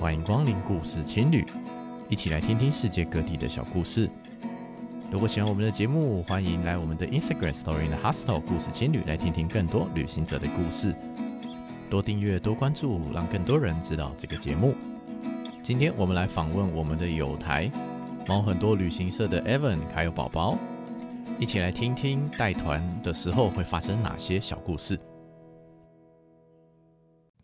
欢迎光临故事情侣，一起来听听世界各地的小故事。如果喜欢我们的节目，欢迎来我们的 Instagram Story in the Hostel 故事情侣来听听更多旅行者的故事，多订阅、多关注，让更多人知道这个节目。今天我们来访问我们的友台猫很多旅行社的 Evan 还有宝宝，一起来听听带团的时候会发生哪些小故事。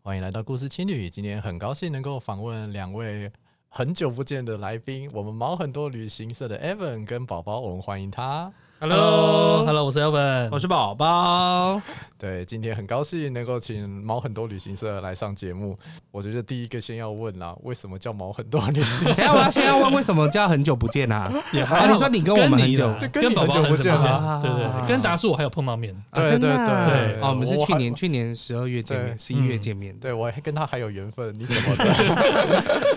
欢迎来到故事青旅，今天很高兴能够访问两位很久不见的来宾，我们毛很多旅行社的 Evan 跟宝宝，我们欢迎他。 Hello，Hello，我是 Elvin，我是宝宝。对，今天很高兴能够请毛很多旅行社来上节目。我觉得第一个先要问啦，为什么叫毛很多旅行等 社？下我要先要问为什么叫很久不见啊？也啊，还好你说你跟我们很久啦对跟跟你宝很宝久很不久见啊对对，跟达叔我还有碰到面，啊对真对的啊对，对哦，我们是去年还。去年十二月见对嗯面，十一月见面的。对，我还跟他还有缘分，你怎 么的？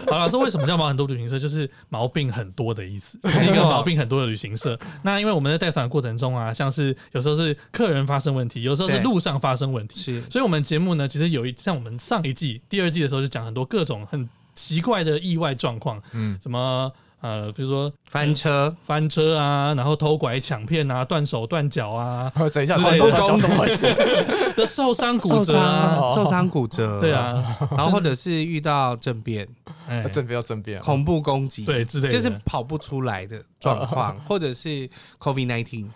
好了，说为什么叫毛很多旅行社，就是毛病很多的意思，就是一个毛病很多的旅行社。那因为我们在带团的过程中啊，像是有时候是客人发生问题，有时候是对路上发生问题，是所以我们节目呢，其实有一像我们上一季、第二季的时候就讲很多各种很奇怪的意外状况，嗯，什么呃，比如说翻车，翻车啊，然后偷拐抢骗啊，断手断 脚啊， 哦等一下，之断类手的断脚怎么回 事？这受伤骨受折伤哦啊，哦受伤骨折，对，啊，然后或者是遇到政变、嗯哎，政变要政变啊，恐怖攻击，对之类的，就是跑不出来的状 况，或者是 COVID nineteen，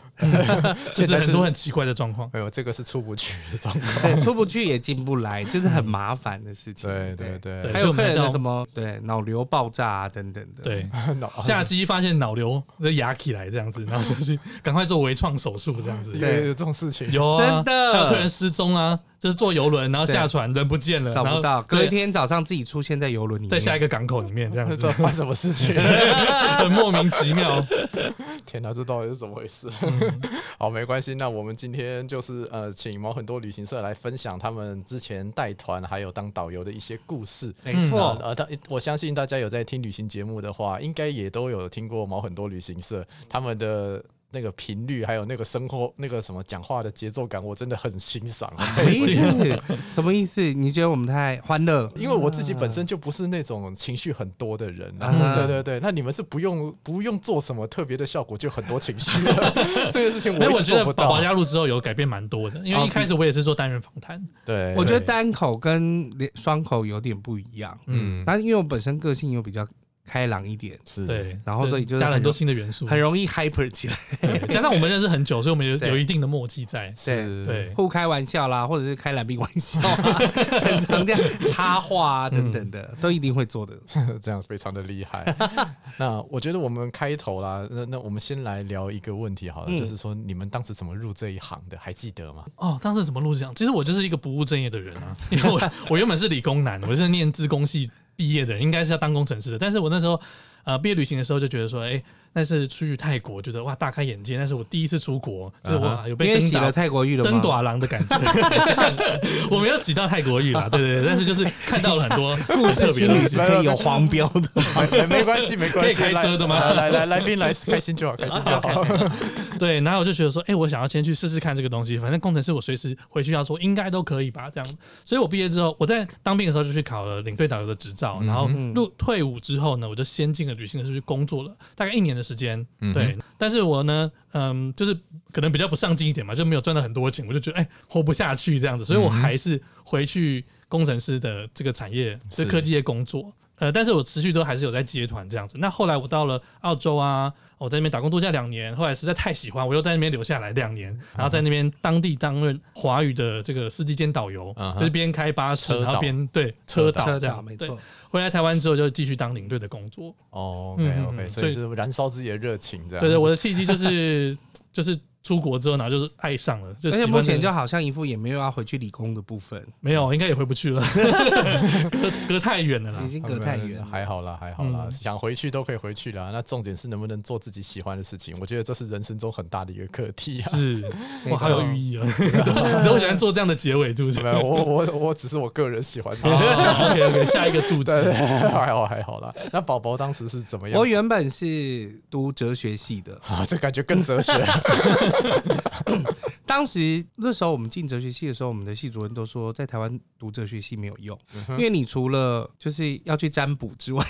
就现是在是很多很奇怪的状况。没有哎这个是出不去的状况。对，出不去也进不来，就是很麻烦的事情。对对对还所以有我客们人叫的什么对脑瘤爆炸啊等等的， 对， 脑下机发现脑瘤就压起来这样子，然后就去赶快做微创手术这样子。有有这种事情，有啊，真的还有客人失踪啊，就是坐游轮，然后对下船人不见了，找然不后到，对隔一天早上自己出现在游轮里面，在下一个港口里面这样这子 这，发生什么事 情？很莫名其妙。天哪，这到底是怎么回事？嗯 好，没关系，那我们今天就是呃，请毛很多旅行社来分享他们之前带团还有当导游的一些故事。没哦错，呃，他我相信大家有在听旅行节目的话，应该也都有听过毛很多旅行社他们的那个频率，还有那个生活那个什么讲话的节奏感，我真的很欣赏。啊什么意思？ 什么意思？你觉得我们太欢乐？因为我自己本身就不是那种情绪很多的人、啊，啊对对对，那你们是不用不用做什么特别的效果，就很多情绪了。这个事情我因为一我直觉做得不宝到宝。加入之后有改变蛮多的，因哦为一开始我也是做单人访谈，对，我觉得对单口跟连双口有点不一样，嗯但因为我本身个性又比较开朗一点，是，对，然后所以就是加了很很容多新的元素，很容易 hyper 起来，对加上我们认识很久，所以我们有对有一定的默契在。是，对，互开玩笑啦，或者是开懒病玩笑啊，很常这 样插话啊嗯等等的，都一定会做的。这样非常的厉害。那我觉得我们开头啦，那那我们先来聊一个问题好了，嗯就是说你们当时怎么入这一行的，还记得吗？哦，当时怎么录这样？其实我就是一个不务正业的人啊，因为我我原本是理工男，我是念自工系毕业的，应该是要当工程师的。但是我那时候呃毕业旅行的时候就觉得说，哎、那是去泰国，觉得哇大开眼界，那是我第一次出国，就是嗯哇有因被为登洗了岛。泰国浴了吗？登 短郎的感觉， 我没有洗到泰国浴啦，对对对，但是就是看到了很多故事特情别的东侣是西。可以有黄标的。 没没关系，没关系，可以开车的吗来来来，来宾来开心就好，开心就好。 对，然后我就觉得说，哎、我想要先去试试看这个东西，反正工程师我随时回去要说应该都可以吧，这样。所以我毕业之后，我在当兵的时候就去考了领队导游的执照，然后嗯入退伍之后呢，我就先进了旅行社去工作了，大概一年的时间。嗯哼对，但是我呢，嗯，就是可能比较不上进一点嘛，就没有赚到很多钱，我就觉得哎、活不下去这样子，所以我还是回去工程师的这个产业，就是科技业工作。呃，但是我持续都还是有在接团这样子。那后来我到了澳洲啊，我在那边打工度假两年，后来实在太喜欢，我又在那边留下来两年，然后在那边当地担任华语的这个司机兼导游，嗯哼就是边开巴士车然后导边对车导车这导样没对错，回来台湾之后就继续当领队的工作。哦嗯，OK 嗯 OK，嗯所以是燃烧自己的热情，这样。对啊对，我的契机就是 就是出国之后，然后就是爱上了，就而喜且欢目前的就好像一副也没有要回去理工的部分，没有，应该也回不去了， 隔隔太远了啦已。经隔太远了。还好啦，还好啦，嗯想回去都可以回去啦。那重点是能不能做自己喜欢的事情，我觉得这是人生中很大的一个课题啊。是，没哇，好有错哦寓意啊！ 你都喜欢做这样的结尾，是 不是？ 没有，我我我只是我个人喜欢它。 OK OK，下一个主题 对，对还好还好啦。那宝宝当时是怎么样我？原本是读哲学系的， 啊，这感觉更哲学。当时那时候我们进哲学系的时候，我们的系主任都说，在台湾读哲学系没有用，嗯因为你除了就是要去占卜之外，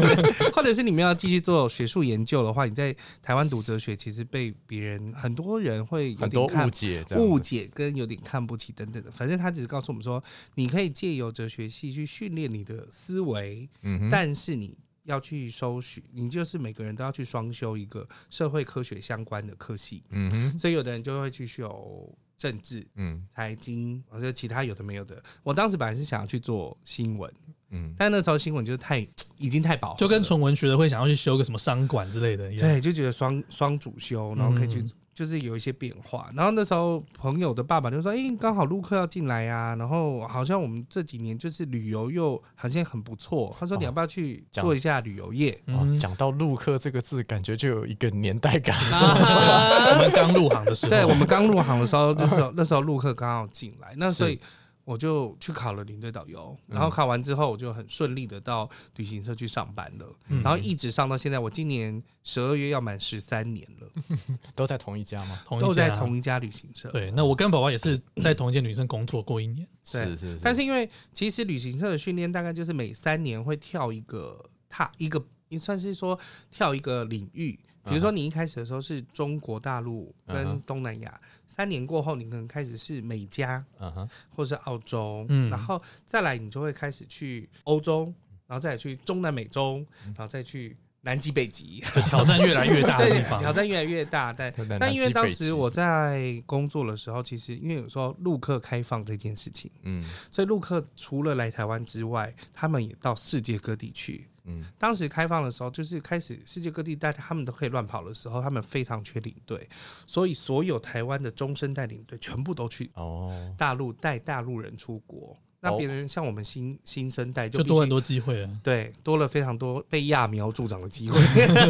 或者是你们要继续做学术研究的话，你在台湾读哲学其实被别人很多人会有很多点看误解，这样子误解跟有点看不起等等的。反正他只是告诉我们说，你可以借由哲学系去训练你的思维，嗯哼，但是你要去收取，你就是每个人都要去双修一个社会科学相关的科系，嗯哼，所以有的人就会去修政治、嗯财经，或者其他有的没有的。我当时本来是想要去做新闻，嗯，但那时候新闻就是太已经太饱和了，就跟纯文学的会想要去修个什么商管之类的一样。对，就觉得双双主修，然后可以去、嗯就是有一些变化。然后那时候朋友的爸爸就说：“哎、刚好陆克要进来呀、然后好像我们这几年就是旅游又好像很不错。”哦他说：“你要不要去这样做一下旅游业？”哦嗯，讲到陆客这个字，感觉就有一个年代感。我们刚入行的时候，对我们刚入行的时候，那 时候那时候陆克刚好进来，那是所以我就去考了领队导游，嗯然后考完之后我就很顺利的到旅行社去上班了，嗯然后一直上到现在，我今年十二月要满十三年了，都在同一家吗？同一都在家同一家旅行社。对。那我跟宝宝也是在同一间女生工作过一年，对是是，但是因为其实旅行社的训练大概就是每三年会跳一个踏一个，也算是说跳一个领域。比如嗯说你一开始的时候是中国大陆嗯跟哼东南亚，三年过后你可能开始是美加嗯哼，或是澳洲，嗯然后再来你就会开始去欧洲，然后再来去中南美洲，然后再去南极北极，就挑战越来越大的地对，挑方。战越来越大，但在南但因为极当北极时我在工作的时候，其实因为有时候陆客开放这件事情。嗯所以陆客除了来台湾之外，他们也到世界各地去。嗯当时开放的时候，就是开始世界各地大家他们都可以乱跑的时候，他们非常缺领队，所以所有台湾的中生代领队全部都去哦，大陆带大陆人出国。那别人像我们新新生代就哦就必须多很多机会啊了，对，多了非常多被揠苗助长的机会，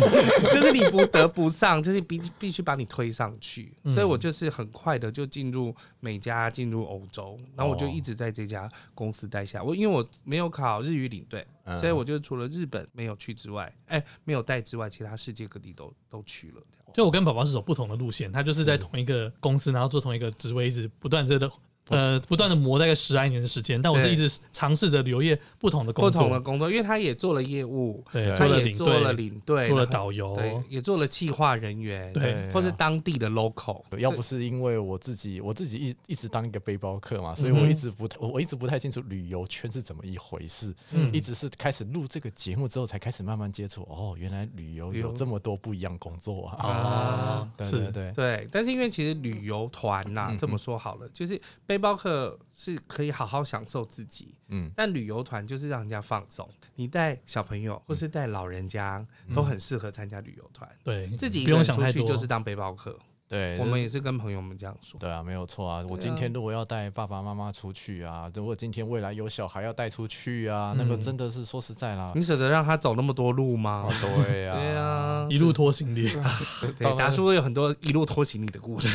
就是你不得不上，就是必必须把你推上去。嗯所以我就是很快的就进入美加，进入欧洲，然后我就哦一直在这家公司待下。我因为我没有考日语领队，嗯所以我就除了日本没有去之外，哎、没有带之外，其他世界各地都都去了。就我跟宝宝是走不同的路线，他就是在同一个公司，然后做同一个职位，一直不断的呃不断的磨大概十来年的时间。但我是对一直尝试着留业不同的不工同的作，工作，因为他也做了业务，对，他做了也领做了队，领队，做了然后导游，对，也做了企划人员，对啊或是当地的 local。要不是因为我自己，我自己一一直当一个背包客嘛，所以我一直不太，我我一直不太清楚旅游圈是怎么一回事。嗯一直是开始录这个节目之后，才开始慢慢接触。哦，原来旅游旅游有这么多不一样工作啊！啊，对对是对，对，但是因为其实旅游团呐嗯，这么说好了，就是背包客是可以好好享受自己，嗯，但旅游团就是让人家放松。你带小朋嗯友或是带老人家，都很适合参加旅游团。对，自己一不个用人想出太去多，就是当背包客，嗯对，我就是们也是跟朋友们这样说。对啊，没有错啊。我对今啊天如果要带爸爸妈妈出去啊，如果今天未来有小孩要带出去啊，那个嗯真的是说实在啦，你舍得让他走那么多路吗哦？， 对呀、嗯对，啊，一路拖行李，当对，然达叔有很多一路拖行李的故事。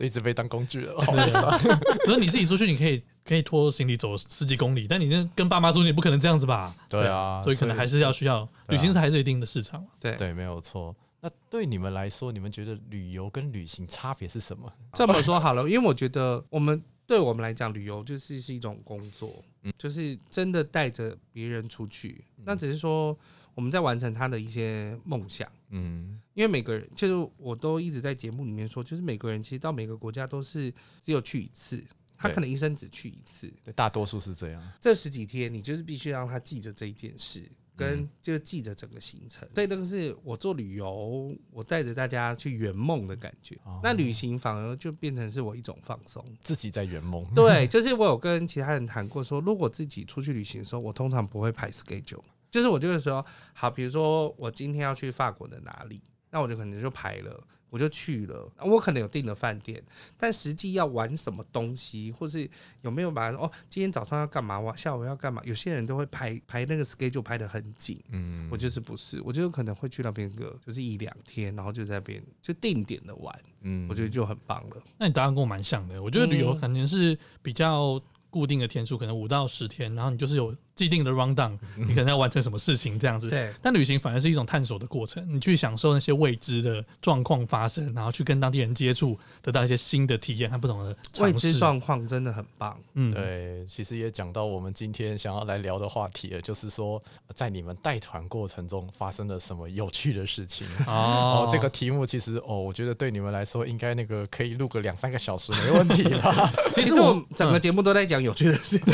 一直被当工具人，好悲伤。可是你自己出去，你可以可以拖行李走十几公里，但你那跟爸妈出去，你不可能这样子吧？ 对啊所以可能还是要需要对旅啊行社还是有一定的市场嘛。对，对，没有错。那对你们来说，你们觉得旅游跟旅行差别是什么？这么说好了，因为我觉得我们对我们来讲，旅游就是是一种工作，嗯就是真的带着别人出去，那只是说我们在完成他的一些梦想。嗯因为每个人，就是我都一直在节目里面说，就是每个人其实到每个国家都是只有去一次，他对可能一生只去一次，对，大多数是这样。这十几天你就是必须让他记着这一件事，嗯跟就记着整个行程。对，那个是我做旅游，我带着大家去圆梦的感觉。哦那旅行反而就变成是我一种放松。自己在圆 梦，对，就是我有跟其他人谈过说，如果自己出去旅行的时候，我通常不会排 schedule，就是我就会说，好，比如说我今天要去法国的哪里，那我就可能就排了，我就去了，我可能有订了饭店，但实际要玩什么东西，或是有没有把哦，今天早上要干嘛，我下午要干嘛，有些人都会排排那个 schedule 排得很紧。嗯我就是不是，我就可能会去那边个就是一两天，然后就在那边就定点的玩，嗯我觉得就很棒了。那你答案跟我蛮像的，我觉得旅游可能是比较固定的天数，可能五到十天，然后你就是有既定的 round down，你可能要完成什么事情这样子。对，但旅行反而是一种探索的过程，你去享受那些未知的状况发生，然后去跟当地人接触，得到一些新的体验和不同的未尝知试。状况真的很棒。嗯，对，其实也讲到我们今天想要来聊的话题了，就是说呃在你们带团过程中发生了什么有趣的事情。哦哦，这个题目其实哦，我觉得对你们来说应该那个可以录个两三个小时没问题吧？其其实实我我嗯们整个节目都在讲有趣的 事情，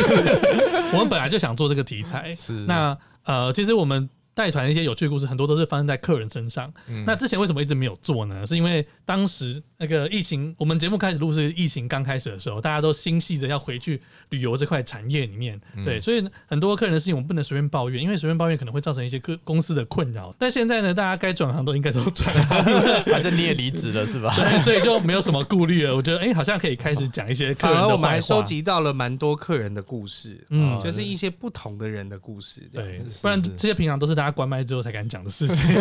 我们本来就想做这个题材，是那呃，其实我们带团一些有趣的故事，很多都是发生在客人身上。嗯那之前为什么一直没有做呢？是因为当时那个疫情，我们节目开始录是疫情刚开始的时候，大家都心系着要回去旅游这块产业里面，嗯对，所以呢很多客人的事情我们不能随便抱怨，因为随便抱怨可能会造成一些各公司的困扰。但现在呢，大家该转行都应该都转行了，反正你也离职了是吧？对 所以就没有什么顾虑了。我觉得，哎、好像可以开始讲一些客 反人的而坏话。我们还收集到了蛮多客人的故事，嗯就是一些不同的人的故事。这样，对是是，不然是这些平常都是大家关麦之后才敢讲的事情。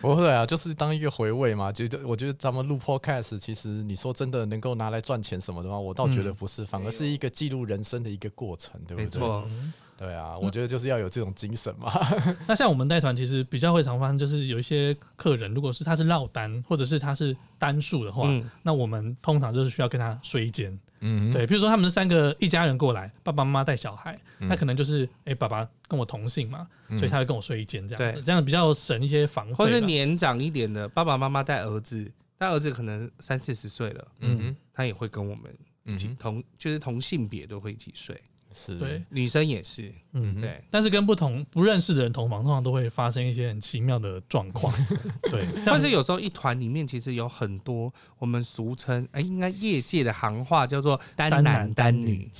不会啊，就是当一个回味嘛。觉得我觉得咱们录 podcast，其实你说真的能够拿来赚钱什么的话，我倒觉得不是，反而是一个记录人生的一个过程，对不对？没错，对啊，我觉得就是要有这种精神 嘛。那像我们带团，其实比较会常发生，就是有一些客人，如果是他是落单，或者是他是单数的话，嗯那我们通常就是需要跟他睡一间。嗯，对，比如说他们是三个一家人过来，爸爸妈妈带小孩，嗯那可能就是哎、诶爸爸跟我同姓嘛，所以他会跟我睡一间这样子，对这样比较省一些房费吧。或是年长一点的爸爸妈妈带儿子，但儿子可能三四十岁了，嗯他也会跟我们一起嗯哼同，就是同性别都会一起睡，是，对，女生也是，嗯哼对。但是跟不同不认识的人同房，通常都会发生一些很奇妙的状 况。对，但像是有时候一团里面其实有很多我们俗称哎，应该业界的行话叫做单单男男单单女，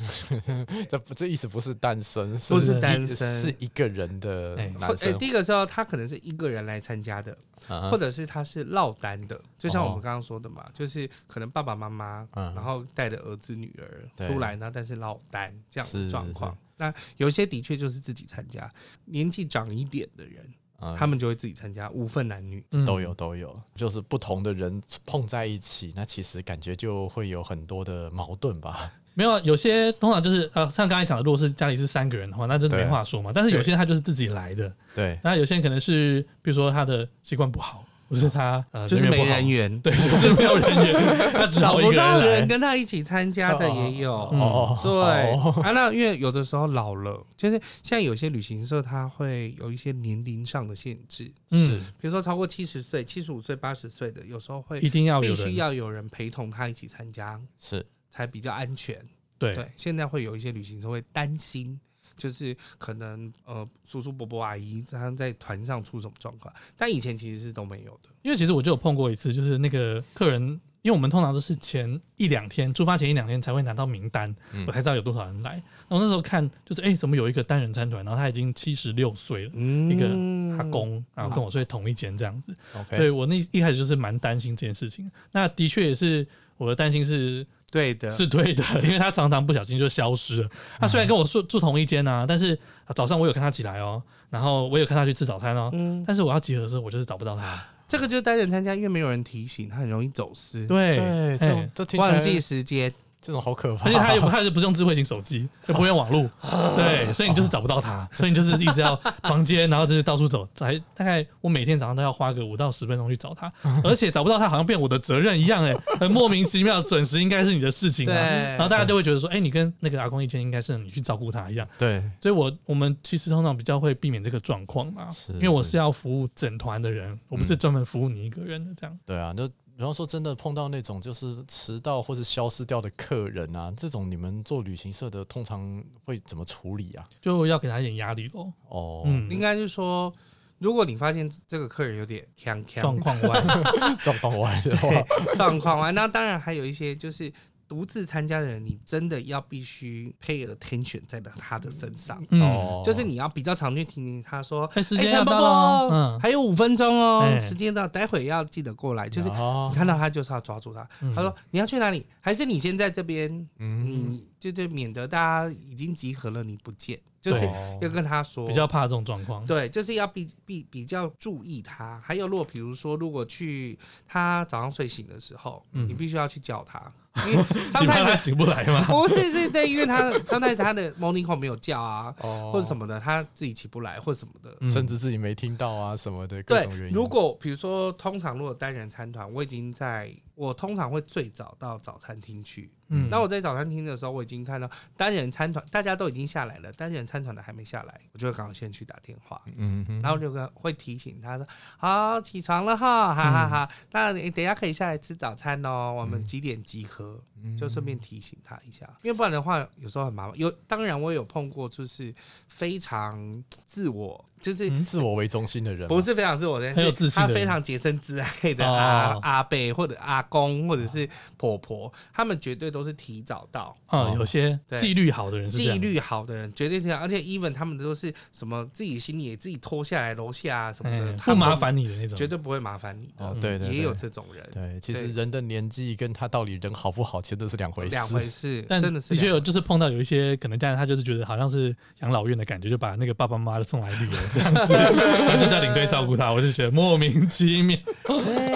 这不这意思不是单身，不是一单身是一个人的哎或男哎，生，第一个时候他可能是一个人来参加的，啊哎或者是他是落单的，就像我哦们刚刚说的嘛，就是可能爸爸妈妈，嗯然后带着儿子女儿对出来呢，但是落单这样是的状况。那有些的确就是自己参加，年纪长一点的人，啊他们就会自己参加无份男女。嗯都有都有，就是不同的人碰在一起，那其实感觉就会有很多的矛盾吧。没有，啊，有些通常就是呃，像刚才讲的，如果是家里是三个人的话，那真的没话说嘛。但是有些他就是自己来的，对，那有些人可能是比如说他的习惯不好，或是他呃哦啊就是没人缘 缘，不好，对， 就是没有人缘，他只找好一不个到人来人。跟他一起参加的也有。嗯哦，对哦啊，那因为有的时候老了，就是现在有些旅行社它会有一些年龄上的限制，嗯，比如说超过七十岁、七十五岁、八十岁的，有时候会一定要有必须人，要有人陪同他一起参加，是才比较安全。对，对，现在会有一些旅行社会担心，就是可能呃叔叔伯伯阿姨他们在团上出什么状况，但以前其实是都没有的。因为其实我就有碰过一次，就是那个客人，因为我们通常都是前一两天出发前一两天才会拿到名单，嗯我才知道有多少人来。然后那时候看，就是哎、怎么有一个单人参团，然后他已经七十六岁了，嗯一个阿，公，然后跟我睡同一间这样子。所以 OK，我那一开始就是蛮担心这件事情。那的确也是我的担心是对的，是对的，因为他常常不小心就消失了。他虽然跟我住住同一间啊，但是早上我有看他起来哦，然后我有看他去吃早餐哦。嗯，但是我要集合的时候，我就是找不到他。这个就是单人参加，因为没有人提醒，他很容易走失，对对，这种哎这听起忘来记时间。嗯这种好可怕，而且他 也不，他是不是用智慧型手机，又不会用网络，对，所以你就是找不到他，所以你就是一直要房间，然后就是到处走，才大概我每天早上都要花个五到十分钟去找他，而且找不到他好像变我的责任一样、哎，很莫名其妙，准时应该是你的事情啊，对然后大家就会觉得说，哎、你跟那个阿公一间应该是你去照顾他一样，对，所以我我们其实通常比较会避免这个状况嘛，是因为我是是要服务整团的人，我不是嗯专门服务你一个人的这样。对啊，那比方说真的碰到那种就是迟到或是消失掉的客人啊，这种你们做旅行社的通常会怎么处理啊？就要给他一点压力咯。哦，嗯，应该就是说，如果你发现这个客人有点呛呛状况外， 状况外的 话，状况啊。那当然还有一些就是独自参加的人，你真的要必须 pay attention 在他的身上，嗯，哦，就是你要比较常去提醒他说。哎，时哎间陈要伯到了伯，哦，还有五分钟哦，哎时间到，待会要记得过来。就是哦你看到他，就是要抓住他。嗯，他说你要去哪里？还是你先在这边？嗯你就对，免得大家已经集合了，你不见，就是对哦要跟他说比较怕这种状况。对，就是要比比比较注意他。还有，如果比如说，如果去他早上睡醒的时候，嗯你必须要去叫他，因 为你怕他 sometimes 醒不来吗？不是是对，因为他 sometimes 他的 morning call 没有叫啊，哦或者什么的，他自己起不来或什么的。嗯 甚至自己没听到啊什么的各对种原，因。如果比如说，通常如果单人参团，我已经在我通常会最早到早餐厅去。嗯那我在早餐厅的时候，我已经看到单人参团，大家都已经下来了，单人参团的还没下来，我就会赶快先去打电话。嗯哼，然后就跟会提醒他说：“好、起床了哈，哈嗯哈哈。那你等一下可以下来吃早餐哦，我们几点集合？嗯就顺便提醒他一下，因为不然的话有时候很麻烦。有当然我有碰过，就是非常自我，就是嗯自我为中心的人吗，不是非常自我的人，很有是自信他的人非常洁身自爱的哦阿、阿伯或者阿公或者是婆婆，他们绝对都是提早到。哦啊，有些对纪律好的人是这样纪，律好的人绝对这样，而且 even 他们都是什么自己行李也自己拖下来楼下啊什么的，哎他不们麻烦你的那种，绝对不会麻烦你哦嗯的，。对对也有对。这种人，对，其实对人的年纪跟他到底人好不好，其实都是两回事。两回事，但真的是的确两有，就是碰到有一些可能家人，他就是觉得好像是养老院的感觉，就把那个爸爸妈妈送来旅游 这样 子，然后就叫领队照顾他，我就觉得莫名 其妙，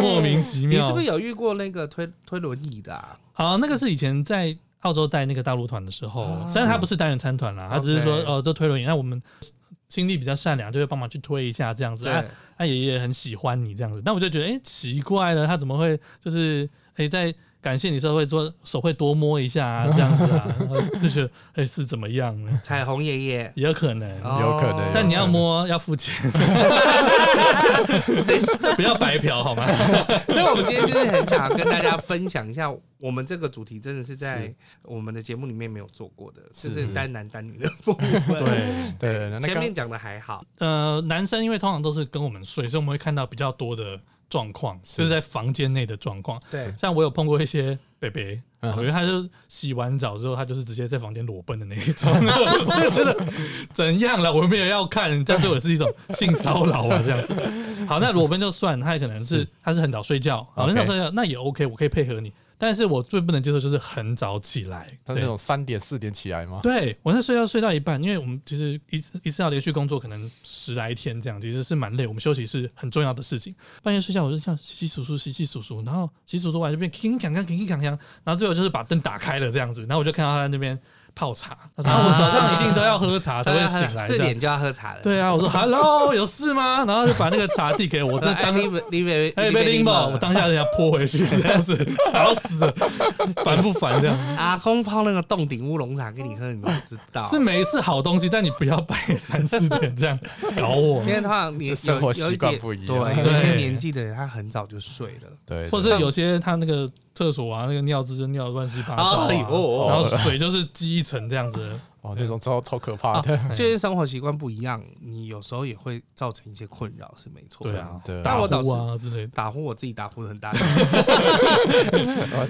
莫名其你妙。是不是有遇过那个推推轮椅的啊？啊，那个是以前在澳洲带那个大陆团的时候，啊但是他不是单人参团啦，他只是说 OK 哦，都推轮椅，那我们心地比较善良，就会帮忙去推一下这样子。啊对，他爷爷很喜欢你这样子，那我就觉得哎、诶奇怪了，他怎么会就是哎、诶在感谢你时候会说手会多摸一下啊这样子啊，然后就觉得哎、诶是怎么样呢？ 彩虹爷爷，也有可能。 哦有可能但你要摸要付钱， 谁说不要白嫖好吗？所以，我们今天就是很想要跟大家分享一下，我们这个主题真的是在我们的节目里面没有做过的，就是是单男单女的部分。对，对对，对那前刚面讲的还好，呃，男生因为通常都是跟我们睡，所以我们会看到比较多的状况，是就是在房间内的状况。对，像我有碰过一些北北，嗯我觉得他就洗完澡之后，他就是直接在房间裸奔的那一种， 我就觉得怎样了？我没有要看，这样对我是一种性骚扰啊，这样子。好，那裸奔就算，他也可能是他是很早睡觉，好， OK 很早睡觉那也 OK，我可以配合你。但是我最不能接受就是很早起来，他对那种三点四点起来吗？对我在睡觉睡到一半，因为我们其实一次一次要连续工作可能十来天这样，其实是蛮累。我们休息是很重要的事情。半夜睡觉我就这样洗洗簌簌，洗洗簌簌，然后洗簌簌完就变铿铿锵锵，铿铿锵锵，然后最后就是把灯打开了这样子，然后我就看到他在那边泡茶。他说、 啊我早上啊一定都要喝茶才会醒来。四这样点就要喝茶了。对啊，我说 Hello，有事吗？然后就把那个茶递给我，我我真的的当 Leave Leave 哎，被拎吧，我当下就想泼回去，这样子 吵死了，烦不烦？这样阿公泡那个洞顶乌龙茶给你喝，你都不知 道。是没是好东西，但你不要半夜三四点 这样搞我因，为通常你有生活有习惯点不一样对，有一些对年纪的人他很早就睡了。对，或者是有些他那个厕所啊，那个尿渍就尿乱七八糟啊、哎呦哦然后水就是积一层这样子。哦那种超超可怕的，就是生活习惯不一样，你有时候也会造成一些困扰，是没错。对啊真的，但我倒呼是啊之类的，打呼我自己打呼的很大 声，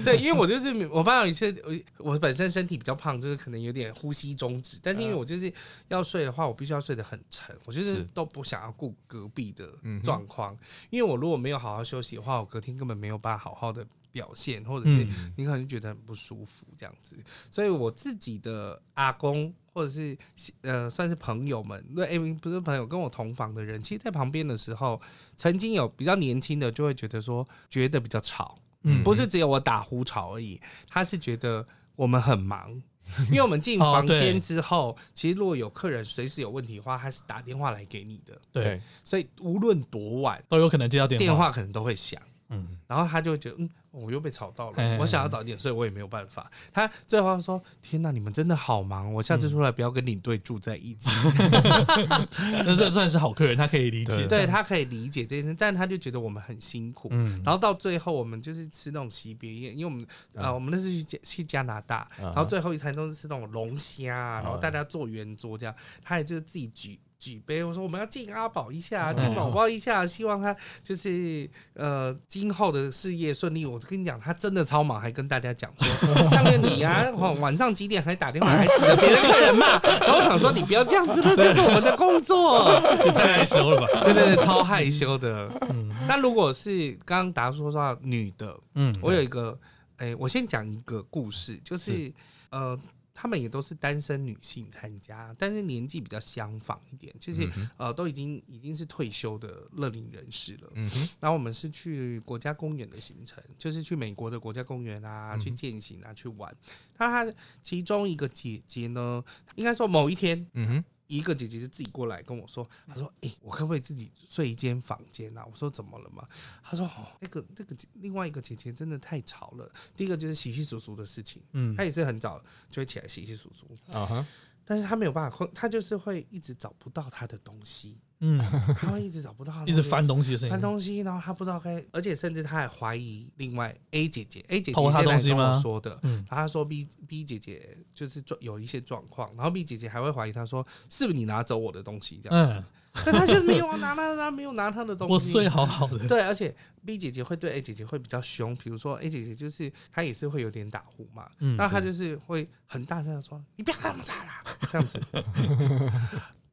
对，因为我就是我发现有一些我我本身身体比较胖，就是可能有点呼吸中止，但是因为我就是要睡的话，我必须要睡得很沉，我就是嗯是嗯都不想要顾隔壁的状况，因为我如果没有好好休息的话，我隔天根本没有办法好好的表现，或者是嗯你可能觉得很不舒服这样子，所以我自己的阿公。或者是呃，算是朋友们，那、欸、不是朋友，跟我同房的人，其实，在旁边的时候，曾经有比较年轻的就会觉得说，觉得比较吵，嗯，不是只有我打呼吵而已，他是觉得我们很忙， 因为我们进哦房对间之后，其实如果有客人随时有问题的话，他是打电话来给你的，对，对， 所以无论多晚，都有可能接到电话。电话可能都会响。嗯，然后他就会觉得，嗯，我又被吵到了，哎我想要早一点睡，我也没有办法。他最后说：“天哪，你们真的好忙，我下次出来不要跟领队住在一起。那这算是好客人，他可以理解。对对他可以理解这件事，但他就觉得我们很辛苦。嗯，然后到最后，我们就是吃那种席别宴，因为我们呃，我们那次去加去加拿大，嗯然后最后一餐都是吃那种龙虾啊，然后嗯大家坐圆桌这样，他也就是自己举举杯，我说我们要敬阿宝一嗯下，敬宝宝一下，希望他就是呃今后的事业顺利。我跟你讲，他真的超忙，还跟大家讲说，像个你 啊，哦晚上几点还打电话还指着别的客人骂，然后我想说你不要这样子了，这是我们的工作。也太害羞了吧？对对对，超害羞的。嗯那如果是刚刚达叔说到女的，嗯，我有一个，哎、我先讲一个故事，就是呃，她们也都是单身女性参加，但是年纪比较相仿一点，嗯就是、呃都已经已经是退休的乐龄人士了。嗯哼，然后我们是去国家公园的行程，就是去美国的国家公园啊，嗯去践行啊，去玩。那她其中一个姐姐呢，应该说某一天，嗯哼，一个姐姐就自己过来跟我说，她说：“诶，我可不可以自己睡一间房间啊？”我说：“怎么了嘛？”她说：“哦，那个那个姐另外一个姐姐真的太吵了。第一个就是洗洗簌簌的事情，嗯她也是很早就会起来洗洗簌簌，啊哈，但是她没有办法控，她就是会一直找不到她的东 西，嗯，她会一直找不到她的一东西，直翻东西的声翻音，东西，然后她不知道该，而且甚至她还怀疑另外 A 姐姐，A 姐姐偷她先来东西跟我吗说的，嗯，然后他说 B B 姐姐就是状有一些状况，然后 B 姐姐还会怀疑他说是不是你拿走我的东西这样子，嗯但他就是没有啊拿他他没有拿他的东西。 我睡好好的，对，而且 B 姐姐会对 A 姐姐会比较凶，比如说 A 姐姐就是她也是会有点打呼嘛，嗯那她就是会很大声的说：“你不要那么吵啦！”这样子。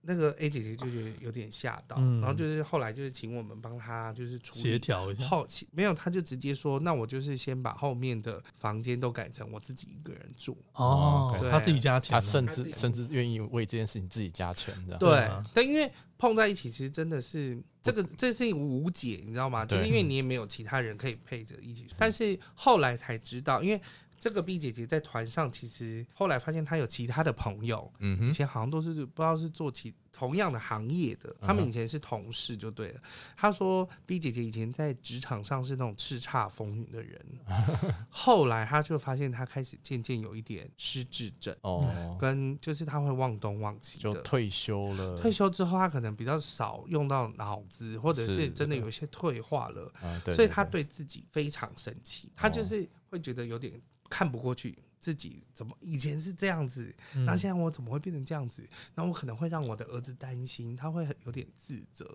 那个 A 姐姐就觉得有点吓到，嗯然后就是后来就是请我们帮她就是处理协调一下，后期没有，他就直接说，那我就是先把后面的房间都改成我自己一个人住。哦，对他自己加钱他啊，甚他自至己甚至愿意为这件事情自己加钱的，对，啊但因为碰在一起，其实真的是这个这事情无解，你知道吗？对就是因为你也没有其他人可以配着一起。但是后来才知道，因为这个 B 姐姐在团上，其实后来发现她有其他的朋友，嗯以哼，前好像都是不知道是做其同样的行业嗯的，他们以前是同事就对了。他说 B 姐姐以前在职场上是那种叱咤风云的 人，后来他就发现他开始渐渐有一点失智症，哦，跟就是他会忘东忘西就的。退休了，退休之后，他可能比较少用到脑子，或者是是真的对有一些退化了，啊，对，所以他对对哦自己非常生气，他就是会觉得有点看不过去，自己怎么以前是这样子，嗯那现在我怎么会变成这样子？那我可能会让我的儿子担心，他会很有点自责，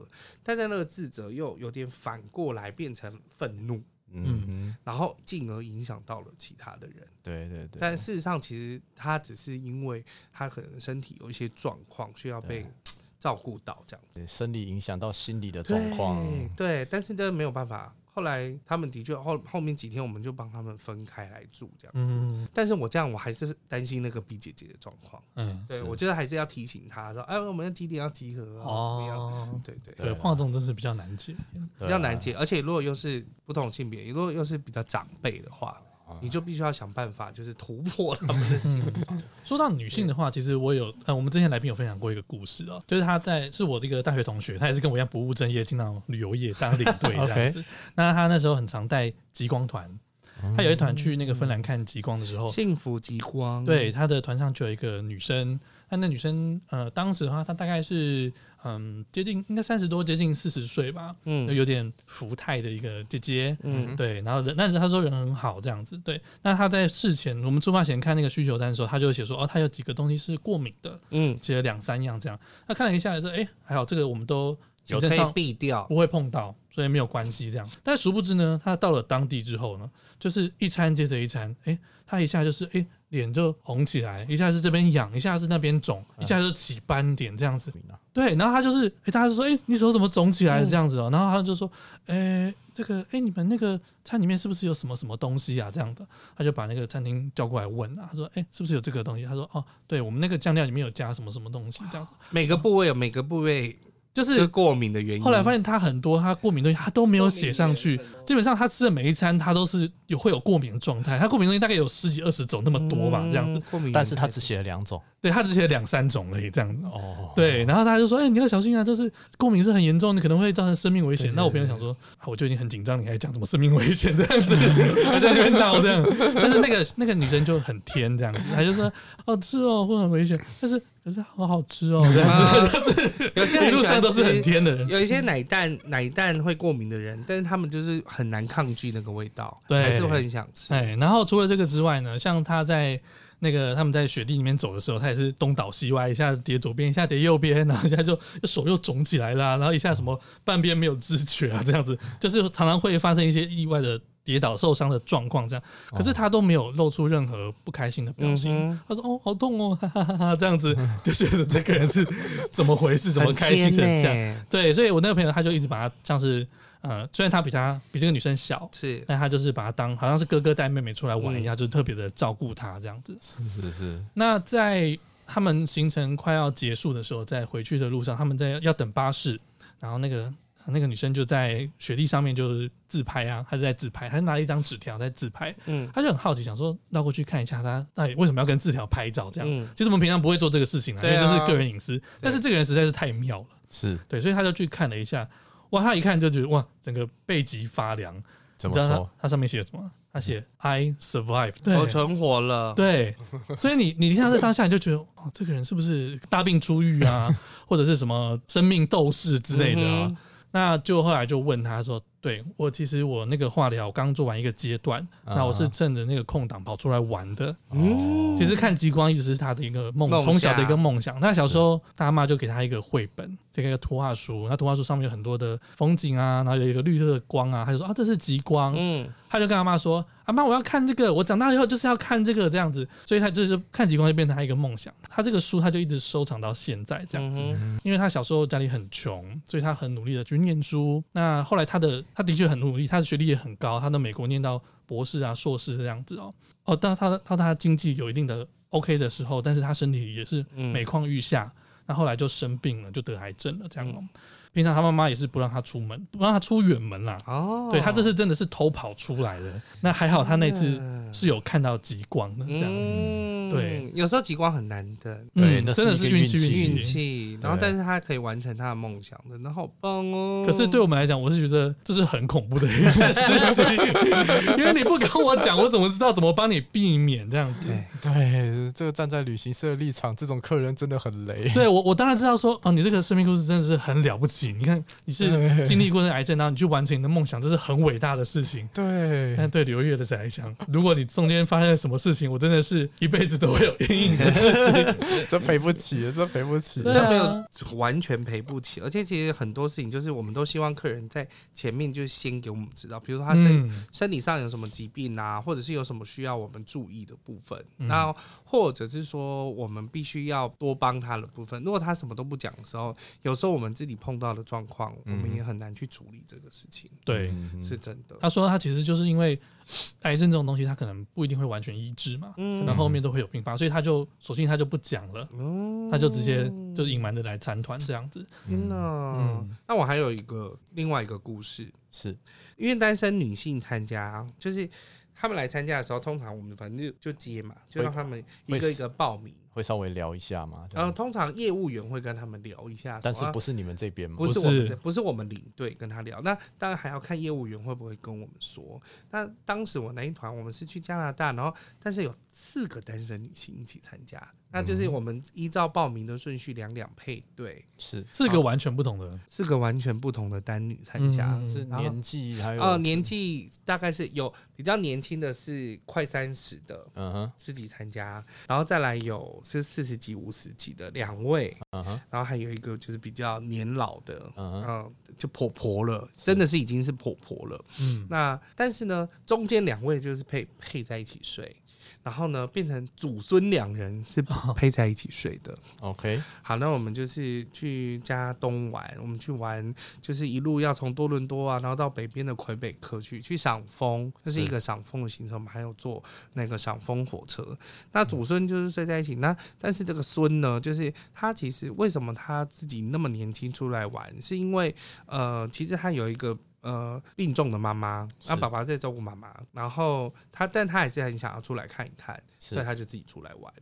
但在那个自责又有点反过来变成愤怒，对嗯哼，然后进而影响到了其他的人。对对对，但事实上，其实他只是因为他可能身体有一些状况，需要被照顾到这样子。对生理影响到心理的状况，对，对，但是这没有办法。后来他们的确后后面几天，我们就帮他们分开来住这样子。嗯但是我这样，我还是担心那个 B 姐姐的状况。嗯，对，是我觉得还是要提醒他说，哎，我们要几点要集合啊，怎么样？哦，对对，对对，碰到这种真是比较难解，比较难解。而且如果又是不同性别，如果又是比较长辈的话，你就必须要想办法，就是突破他们的心防。说到女性的话，其实我有呃，我们之前来宾有分享过一个故事啊，就是她在是我的一个大学同学，她也是跟我一样不务正业，经常旅游业当领队这样子。那她那时候很常带极光团，她有一团去那个芬兰看极光的时候，幸福极光，哦对她的团上就有一个女生，那那女生呃，当时的话她大概是嗯接近应该三十多，接近四十岁吧，嗯，就嗯有点福态的一个姐姐，嗯对，然后人，那他说人很好这样子，对。那他在事前，我们出发前看那个需求单的时候，他就写说，哦，他有几个东西是过敏的，嗯，写了两三样这样。那看了一下说，哎，还好这个我们都行有政可以上避掉，不会碰到，所以没有关系这样。但殊不知呢，他到了当地之后呢，就是一餐接着一餐，哎，他一下就是哎脸就红起来，一下是这边痒，一下是那边肿，一下就起斑点这样子。对，然后他就是，哎、大家就说，哎、你手怎么肿起来了这样子哦、然后他就说，哎、这个，哎、你们那个餐里面是不是有什么什么东西啊？这样的，他就把那个餐厅叫过来问啊，他说，哎、是不是有这个东西？他说，哦，对我们那个酱料里面有加什么什么东西这样子，每个部位有每个部位就就是是过敏的原因。后来发现他很多他过敏的东西他都没有写上去，基本上他吃的每一餐他都是有会有过敏的状态，他过敏的东西大概有十几二十种那么多吧，这样子嗯，，过敏原因，但是他只写了两种，对他只写了两三种而已这样子，哦，对，然后大家就说：“哎、你要小心啊，就是过敏是很严重，你可能会造成生命危险。对那我朋友想说：“啊，我就已经很紧张，你还讲什么生命危险这 样子？”他在那边闹这样，但是那个那个女生就很天这样子，她就说：“哦，吃哦会很危险，但是可是好好吃哦。”这 样啊子，就是有些一人 路喜上欢都是很吃，天的人。有一些奶蛋奶蛋会过敏的人，但是他们就是很难抗拒那个味道，对还是会很想吃。哎，然后除了这个之外呢，像她在那个他们在雪地里面走的时候，她也是东倒西歪，一下跌左边，一下跌右边， 然后一下就手又肿起来啦、然后一下什么半边没有知觉啊，这样子，就是常常会发生一些意外的跌倒受伤的状况，这样。可是她都没有露出任何不开心的表哦嗯情。哼，她说：“哦，好痛哦，哈哈哈哈！”这样子就觉得这个 人是怎么回事，怎么很欸开心成甜这样。呢对，所以我那个朋友他就一直把他像是呃，虽然她比她比这个女生小，是但她就是把她当好像是哥哥带妹妹出来玩一样，就是特别的照顾她这样子。是是是，那在他们行程快要结束的时候，在回去的路上，他们在要等巴士，然后那个那个女生就在雪地上面就是自拍啊，她就在自拍，她就拿了一张纸条在自拍，嗯她就很好奇，想说绕过去看一下她到底为什么要跟字条拍照这样。嗯其实我们平常不会做这个事情啊，因对啊为这是个人隐私。但是这个人实在是太妙了，是对，所以她就去看了一下，哇，她一看就觉得哇，整个背脊发凉。怎你么知道说她？她啊上面写什么？她写 I survived，对，我存活了，嗯对，所以你你像在当下你就觉得，哦，这个人是不是大病初愈啊， 或者是什么生命斗士之类的啊？嗯哼那就后来就问他说，对我其实我那个化疗刚做完一个阶段，啊那我是趁着那个空档跑出来玩的。嗯，其实看极光一直是他的一个梦梦，从小的一个想梦想。那小时候他妈就给他一个绘本，这个一个图画书，那图画书上面有很多的风景啊，然后有一个绿色的光啊，他就说啊这是极光，嗯，他就跟阿妈说：“阿妈，我要看这个，我长大以后就是要看这个这样子。”所以他就是看极光就变成他一个梦想。他这个书他就一直收藏到现在这样，嗯哼因为他小时候家里很穷，所以他很努力的去念书。那后来他的他的确很努力，他的学历也很高，他到美国念到博士啊、硕士这样子哦。哦，当他到他经济有一定的 OK 的时候，但是他身体也是嗯每况愈下。那后来就生病了，就得癌症了这样哦。嗯平常他妈妈也是不让他出门，不让他出远门啦。哦，对他这次真的是偷跑出来的。那还好他那次嗯是有看到极光的这样子，嗯对，有时候极光很难的。对嗯那是真的一是个运运气气运运气。气，然后对但是他可以完成他的梦想，真的好棒哦！可是对我们来讲，我是觉得这是很恐怖的一件事情，因为你不跟我讲，我怎么知道怎么帮你避免这样子？对对，这个站在旅行社的立场，这种客人真的很雷。对我，我当然知道说，哦，你这个生命故事真的是很了不起。你看，你是 对经历过那癌症，然后你去完成你的梦想，这是很伟大的事情。 对但对刘烨的来讲，如果你中间发生了什么事情，我真的是一辈子都会有阴影的事情。这赔不起，这赔不起。对这啊没有完全赔不起，而且其实很多事情就是我们都希望客人在前面就先给我们知道，比如说他身、嗯身体上有什么疾病啊，或者是有什么需要我们注意的部分，嗯那或者是说我们必须要多帮他的部分。如果他什么都不讲的时候，有时候我们自己碰到的状况，我嗯们也很难去处理这个事情，对，嗯是真的。他说他其实就是因为癌症这种东西，他可能不一定会完全医治嘛，嗯可能后面都会有并发，所以他就索性他就不讲了，哦他就直接就隐瞒的来参团这样子。天哪！嗯那我还有一个另外一个故事，是因为单身女性参加，就是他们来参加的时候，通常我们反正就就接嘛，就让他们一个一个报名。会稍微聊一下吗？这然后样通常业务员会跟他们聊一下，但是说啊不是你们这边吗？不是不我们是这不是我们领队跟他聊，那当然还要看业务员会不会跟我们说。那当时我那一团我们是去加拿大，然后但是有四个单身女性一起参加，那就是我们依照报名的顺序两两配对，是四个完全不同的，四个完全不同的单女参加。嗯是然后年纪还有哦，年纪大概是有比较年轻的是快三十的嗯哼自己参加，然后再来有是四十几、五十几的两位，嗯哼然后还有一个就是比较年老的，嗯嗯、哼就婆婆了，真的是已经是婆婆了。嗯，那但是呢，中间两位就是配配在一起睡，然后呢变成祖孙两人是哦配在一起睡的。 ，OK，好，那我们就是去加东玩，我们去玩，就是一路要从多伦多啊，然后到北边的魁北克去去赏枫，这是是一个赏枫的行程，我们还有坐那个赏枫火车。那祖孙就是睡在一起，那但是这个孙呢，就是他其实为什么他自己那么年轻出来玩，是因为呃，其实他有一个。呃，病重的妈妈，那是爸爸在照顾妈妈，然后他，但他还是很想要出来看一看，所以是他就自己出来玩。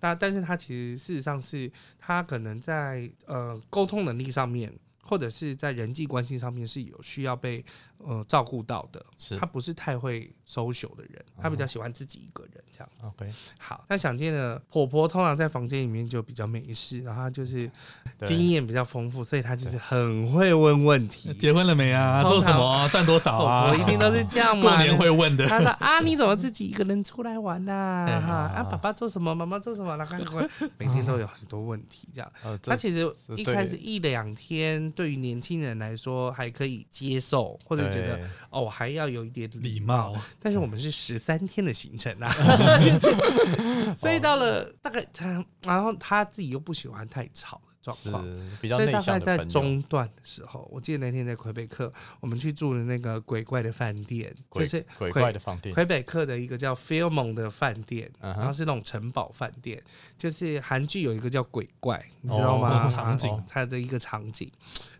那但是他其实事实上是他可能在呃沟通能力上面，或者是在人际关系上面是有需要被呃照顾到的。是哦他不是太会 social 的人，他比较喜欢自己一个人这样。 OK，好，那想见的婆婆通常在房间里面就比较没事，然后她就是对经验比较丰富，所以她就是很会问问题。结婚了没啊？通常做什么啊？赚多少婆啊婆？一定都是这样嘛，过年会问的。他 说啊，你怎么自己一个人出来玩呐、哎哈啊，啊爸爸做什么，妈妈做什么，然后他 会每天都有很多问题这样。呃，他这其实这一对开始一两天，对于年轻人来说还可以接受，或者觉得对哦还要有一点礼礼貌。貌，但是我们是十三天的行程 啊，就是所以到了大概他，然后他自己又不喜欢太吵的状是况。比较所以内大概向的在朋友，中段的时候，我记得那天在魁北克，我们去住的那个鬼怪的饭店，就鬼是鬼怪的放电，魁北克的一个叫 f i l m o n 的饭店，嗯然后哼，是那种城堡饭店，就是韩剧有一个叫鬼怪，你知道吗？ 哦场景它的一个场景。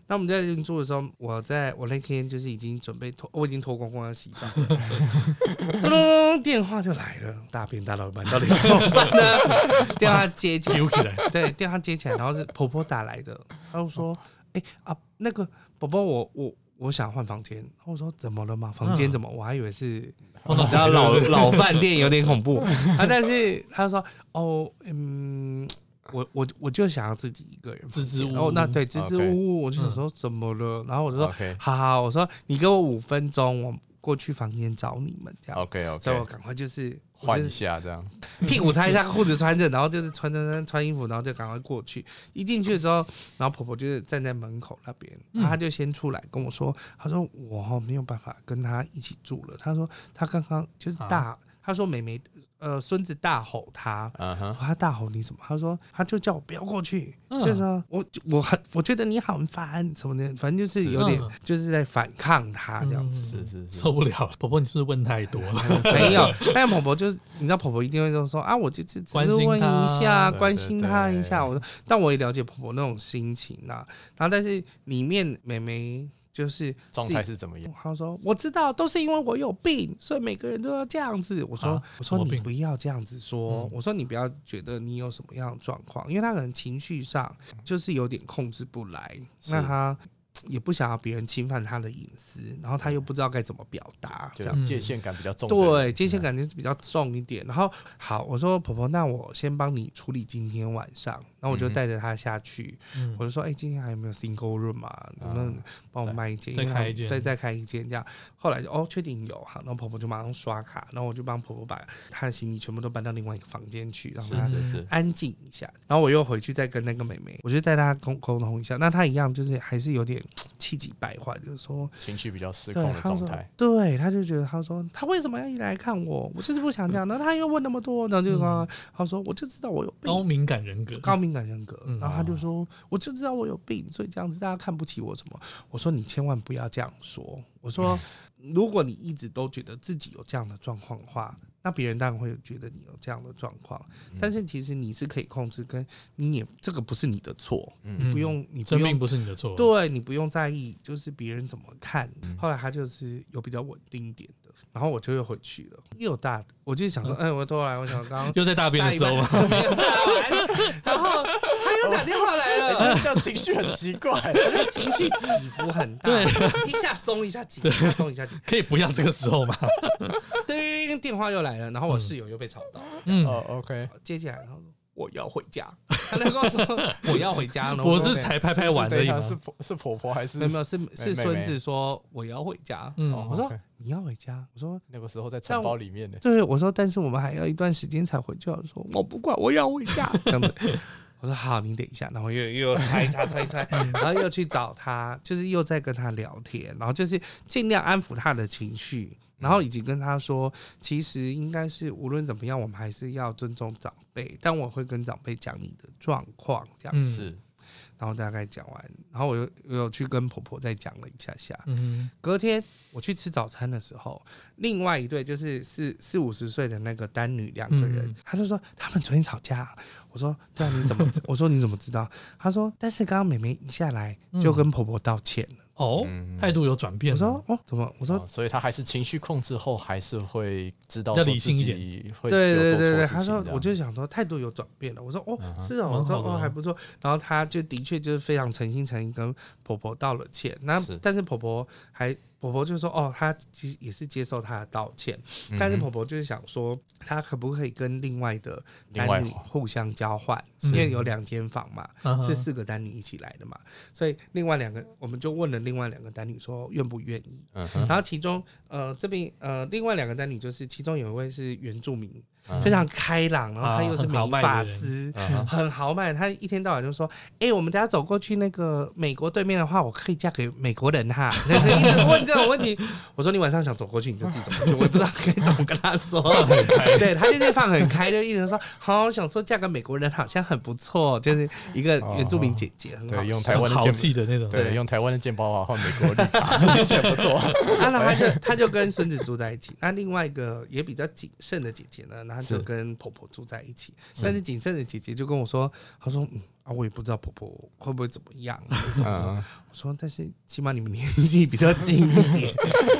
那我们在那边住的时候，我在我那天就是已经准备脱，我已经脱光光要洗澡 了，咚咚咚，电话就来了，大便大到一半，到底怎么办呢？ 电话接起来，丢起来，对，电话接起来，然后是婆婆打来的，她就哦说：“哎、啊，那个宝宝，我我我想换房间。”我说：“怎么了嘛？房间嗯怎么？我还以为是碰你到知道鬼老是不是老饭店有点 恐怖啊，但是他说：哦，嗯。”我我我就想要自己一个人房间，支支吾吾啊嗯哦，那对支支 OK 吾吾，我就想说怎么了？然后我就说 OK 好好，我说你给我五分钟，我过去房间找你们这哦样。 OK 所以我 OK，赶快就是我换就一是下这样，屁股擦一下，裤子穿着，然后就是穿穿穿穿衣服，然后就赶快过去。一进去之后，然后婆婆就是站在门口那边，嗯然后她就先出来跟我说，她说我哦没有办法跟她一起住了。她说她刚刚就是啊大，她说妹妹呃孙子大吼她。嗯哼，她大吼你什么？她说，她就叫我不要过去，嗯就是说我我很我觉得你很烦什么的，反正就是有点嗯就是在反抗她 这样子。是是是受，不了了，婆婆，你是不是问太 多了？没有，但婆婆就是，你知道婆婆一定会就说啊，我就只只关是心问一下，她关对心对她对一下。我说，但我也了解婆婆那种心情呐、然后，但是里面妹妹就是状态是怎么样？她说，我知道都是因为我有病，所以每个人都要这样子。我说，啊我说什么你病不要这样子说，嗯我说你不要觉得你有什么样的状况，因为她可能情绪上就是有点控制不来，那是她。也不想要别人侵犯她的隐私，然后她又不知道该怎么表达，这就样。界限感比较重的人，嗯对，界限感觉是比较重一点。然后好，我说婆婆，那我先帮你处理今天晚上。然后我就嗯哼带着她下去，嗯我就说，哎、今天还有没有 single room 啊？能不能帮我再卖一间？再因为开她一间对，再开一间这样。后来就哦，确定有好，然后婆婆就马上刷卡，然后我就帮婆婆把她的行李全部都搬到另外一个房间去，让是嗯她。是是，安静一下，然后我又回去再跟那个妹妹，我就带她沟沟通一下。那她一样就是还是有点气急败坏，就是说情绪比较失对，控的他状说态，， 对，他就觉得他说他为什么要一来看我？我就是不想这嗯样。然后他又问那么多，然后就说、他说我就知道我有病高，敏感人格，高敏感人格。嗯然后他就说我就知道我有病，所以这样子大家看不起我什么？我说你千万不要这样说。我说嗯如果你一直都觉得自己有这样的状况的话。那别人当然会觉得你有这样的状况，嗯但是其实你是可以控制，跟你也这个不是你的错，嗯不用你不生用病不是你的错，对啊你不用在意，就是别人怎么看嗯。后来他就是有比较稳定一点的，然后我就又回去了，又大，我就想说，哎，我后来我想刚刚又在大便的时候吗？ 大一半没有大完然后他又打电话来了。 但是这样情绪很奇怪，我的情绪起伏很大，一下松一下紧，一下松一下紧。可以不要这个 时候吗？叮，电话又来了，然后我室友又被吵到，嗯，哦 OK， 接起来，然后说我要回家，他那个说我要回家，然后我说是才拍拍完而已是嘛。婆是婆婆还是没有没有是是妹孙妹子说我要回家，嗯，哦我说 OK 你要回家，我说那个时候在城堡里面呢？对，我说，但是我们还要一段时间才回去。我说我不管，我要回家。这样子，我说好，你等一下，然后又又擦一擦，擦一擦，然后又去找他，就是又在跟他聊天，然后就是尽量安抚他的情绪，然后以及跟他说，其实应该是无论怎么样，我们还是要尊重长辈，但我会跟长辈讲你的状况这样。嗯，是然后大概讲完，然后我又又有去跟婆婆再讲了一下下，嗯隔天我去吃早餐的时候，另外一对就是四四五十岁的那个单女两个人嗯，他就说他们昨天吵架。我说对啊，你怎么知？我说你怎么知道？他说但是刚刚妹妹一下来就跟婆婆道歉了。哦，态度有转变我了。说哦，怎么？我说哦所以他还是情绪控制后，还是会知道要说理自性一点己会对有对做对错对，事他情说这样我就想说态度有转变了。我说哦嗯，哼是哦，蛮我说好的哦啊还不错。然后她就的确就是非常诚心诚意跟婆婆道了歉。那是但是婆婆还婆婆就说哦，她其实也是接受她的道歉，嗯但是婆婆就是想说她可不可以跟另外的另外哦嗯男女互相交换，是因为有两间房嘛。啊哈是四个单女一起来的嘛，所以另外两个我们就问了另外两个单女说愿不愿意，嗯哼然后其中呃这边呃另外两个单女就是其中有一位是原住民，嗯非常开朗，然后他又是啊很美豪迈的发人师，嗯很豪迈。他一天到晚就说：“哎、我们等下走过去那个美国对面的话，我可以嫁给美国人哈。” 就是一直问这种问题。 我说：“你晚上想走过去，你就自己走过去。”我也不知道该怎么跟他说。对他就是放很开，就一直说：“好，我想说嫁给美国人好像很不错。”就是一个原住民姐姐，很好对，用台笑很湾的豪健气的那种。对，对用台湾的健保法换美国绿 卡，的确不错。啊，然后他就他就跟孙子住在一起，那另外一个也比较谨慎的姐姐呢，那她就是跟婆婆住在一起。但是谨慎的姐姐就跟我说，她说嗯啊，我也不知道婆婆会不会怎么样。什么什么嗯，我说，但是起码你们年纪比较近一点，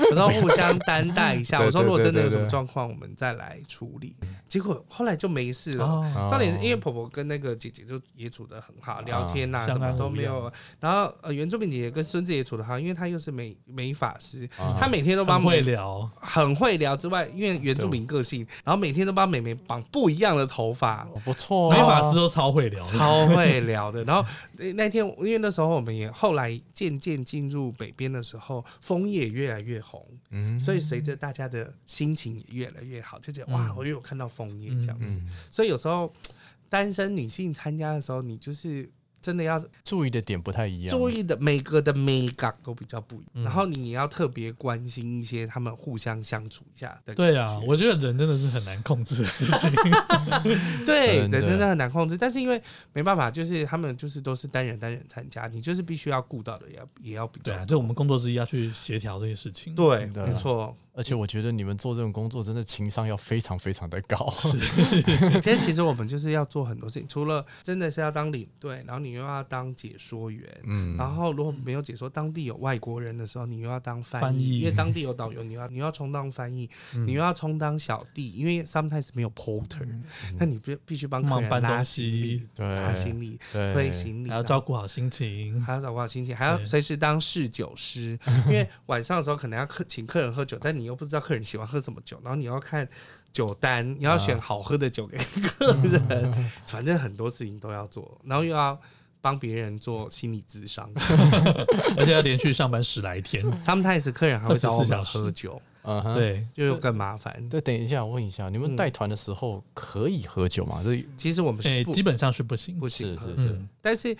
我说互相担待一下。对我说对如果对真的对有什么对状况，我们再来处理。结果后来就没事了。嗯哦，重点是因为婆婆跟那个姐姐就也处得很好，聊天呐、啊什么都没相安无有。然后呃，原住民姐姐跟孙子也处得好，因为她又是美美发师，啊她每天都帮很美会聊，很会聊之外，因为原住民个性，然后每天都帮美美绑不一样的头发。哦不错哦，美法师都超会聊，超会聊的，然 后呃那天因为那时候我们也后来渐渐进入北边的时候，枫叶越来越红，嗯，所以随着大家的心情也越来越好，就觉得哇，我又有看到枫叶这样子。嗯，所以有时候单身女性参加的时候，你就是真的要注意的点不太一样，注意的每个的美感都比较不一样，嗯然后你也要特别关心一些他们互相相处一下的。对啊，我觉得人真的是很难控制的事情。 对人真的真的很难控制，但是因为没办法，就是他们就是都是单人单人参加，你就是必须要顾到的也要也要比较对啊，就我们工作之一要去协调这些事情。对，对啊没 错。而且我觉得你们做这种工作，真的情商要非常非常的高。其实其实我们就是要做很多事情，除了真的是要当领队，然后你又要当解说员， 嗯，然后如果没有解说当地有外国人的时候，你又要当翻译，翻译嗯因为当地有导游，你要你要充当翻译，你又要充当小弟，因为 sometimes 没有 porter，、那你必必须帮客忙人搬拉东行西李、拿对行李、对，推行李，还要照顾好心情。还要照顾好心情，还要对随时当侍酒师，因为晚上的时候可能要客请客人喝酒，但你又不知道客人喜欢喝什么酒，然后你要看酒单，你要选好喝的酒给客人，反正很多事情都要做，然后又要帮别人做心理咨商。而且要连续上班十来天。 Sometimes 客人还会找我24小们时喝酒，嗯哼。对，就又更麻烦。对，等一下，我问一下，你们嗯带团的时候可以喝酒吗？这其实我们诶、是不、哎基本上是不行。不是行喝是的，是嗯但是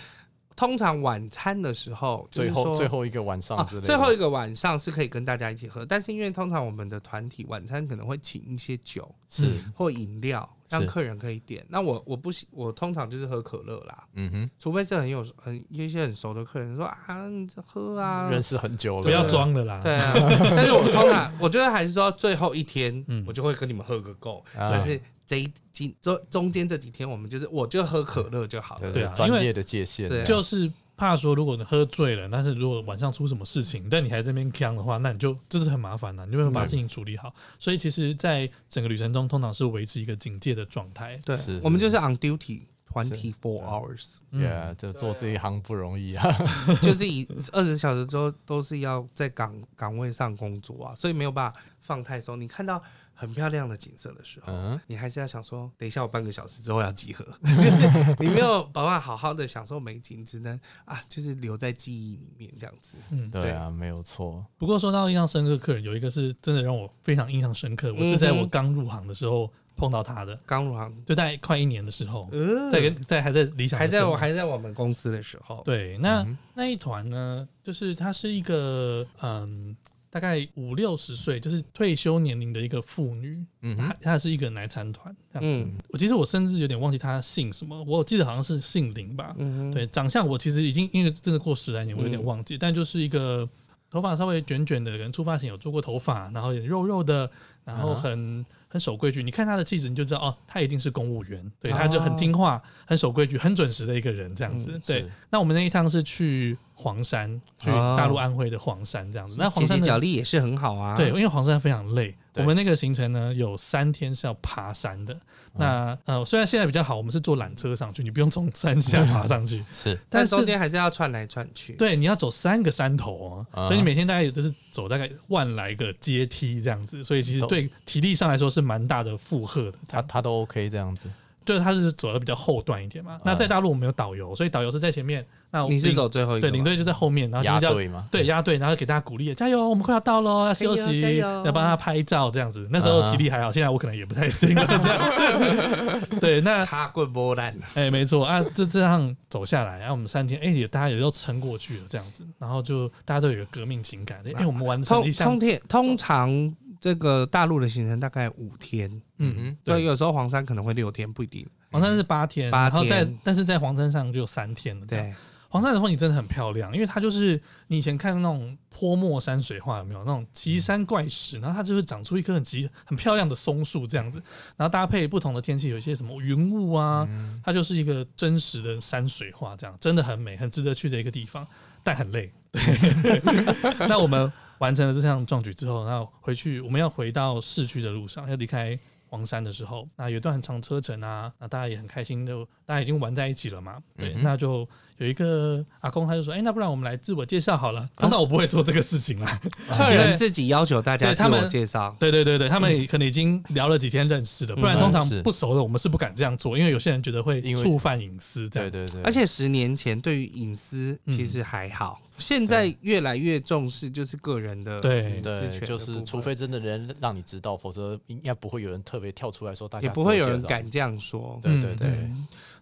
通常晚餐的时候，就是最后说最后一个晚上啊之类，的，最后一个晚上是可以跟大家一起喝，但是因为通常我们的团体晚餐可能会请一些酒是嗯或饮料，是让客人可以点。那我我不喜，我通常就是喝可乐啦，嗯除非是很有很一些很熟的客人说啊，你这喝啊哼，，认识很久了，不要装了啦。对啊。 但是我通常我觉得还是说最后一天嗯，我就会跟你们喝个够，啊但是这一今中中间这几天我们就是我就喝可乐就好对了。对啊专因为业的界限对啊就是怕说，如果你喝醉了，但是如果晚上出什么事情，但你还在那边扛的话，那你就这是很麻烦的，你就没有把对事情处理好。所以其实，在整个旅程中，通常是维持一个警戒的状态。对是，我们就是 on duty twenty 是 four hours。嗯，Yeah，这啊做这一行不容易啊， 就是以二十小时都都是要在岗岗位上工作啊，所以没有办法放太松。你看到很漂亮的景色的时候，嗯，你还是要想说，等一下我半个小时之后要集合， 就是你没有办法好好的享受美景，只能啊，就是留在记忆里面这样子。嗯，对啊，没有错，不过说到印象深刻客人，有一个是真的让我非常印象深刻，我是在我刚入行的时候碰到他的，刚入行，就在快一年的时候，呃，在跟在还在理想的还在时候我还在我们公司的时候，对，那、嗯那一团呢，就是她是一个嗯，大概五六十岁，就是退休年龄的一个妇女，嗯她哼，她是一个奶产团。嗯，嗯我其实我甚至有点忘记她姓什么，我记得好像是姓林吧。嗯，，对，长相我其实已经因为真的过十来年，我有点忘记，但就是一个头发稍微卷卷的，可能出发前有做过头发，然后也肉肉的，然后啊哈很。很守规矩，你看她的气质，你就知道哦，她一定是公务员，对，她就哦很听话、很守规矩、很准时的一个人，这样子。嗯对是，，那我们那一趟是去黄山，去大陆安徽的黄山这样子。那黄姐啊姐山脚的力也是很好啊。对，因为黄山非常累。对我们那个行程呢，有三天是要爬山的。那呃，虽然现在比较好，我们是坐缆车上去，你不用从山下爬上去，是但但是中间还是要串来串去。，对你要走三个山头啊哦，所以你每天大概也就是走大概万来个阶梯这样子，所以其实懂对体力上来说是蛮大的负荷的。啊他他都 OK 这样子，就是他是走的比较后段一点嘛。那在大陆我们有导游，所以导游是在前面，那你是啊领走最后一个对吗，领队就在后面，然后就压是要队吗？对压队，然后给大家鼓励，加油，我们快要到喽，要休息嗯加油加，油啊要帮他拍照这样子。那时候体力还好，现在我可能也不太行了这样 子。对，那卡棍波兰，哎、没错啊，这这样走下来，然、后我们三天，哎、也大家也都撑过去了这样子，然后就大家都有一个革命情感，哎、啊我们完成了通一项通，天通常这个大陆的行程大概五天，嗯嗯嗯，对，对，有时候黄山可能会六天，不一定。黄山是八天，八然后在天但是在黄山上就有三天了，这样。对，黄山的风景真的很漂亮，因为它就是你以前看那种泼墨山水画有没有那种奇山怪石，然后它就是长出一棵很奇很漂亮的松树这样子，然后搭配不同的天气，有一些什么云雾啊，嗯它就是一个真实的山水画，这样真的很美，很值得去的一个地方，但很 累。对，那我们完成了这项壮举之后，那回去我们要回到市区的路上，要离开。黄山的时候，那有一段很长车程啊，那大家也很开心，就大家已经玩在一起了嘛。对，嗯哼那就有一个阿公，他就说：“哎、那不然我们来自我介绍好了。”哦通常我不会做这个事情啦。啊客人自己要求大家对自他们我介绍，对对对对，他们可能已经聊了几天认识了，不然嗯通常是不熟的我们是不敢这样做，因为有些人觉得会因为触犯隐私这对样。对对，而且十年前对于隐私其嗯实还好，现在越来越重视就是个人的对隐私对，权的就是部除分非真的人让你知道，否则应该不会有人特别跳出来说大家也不会有自我介人绍。敢这样说。对对嗯对，对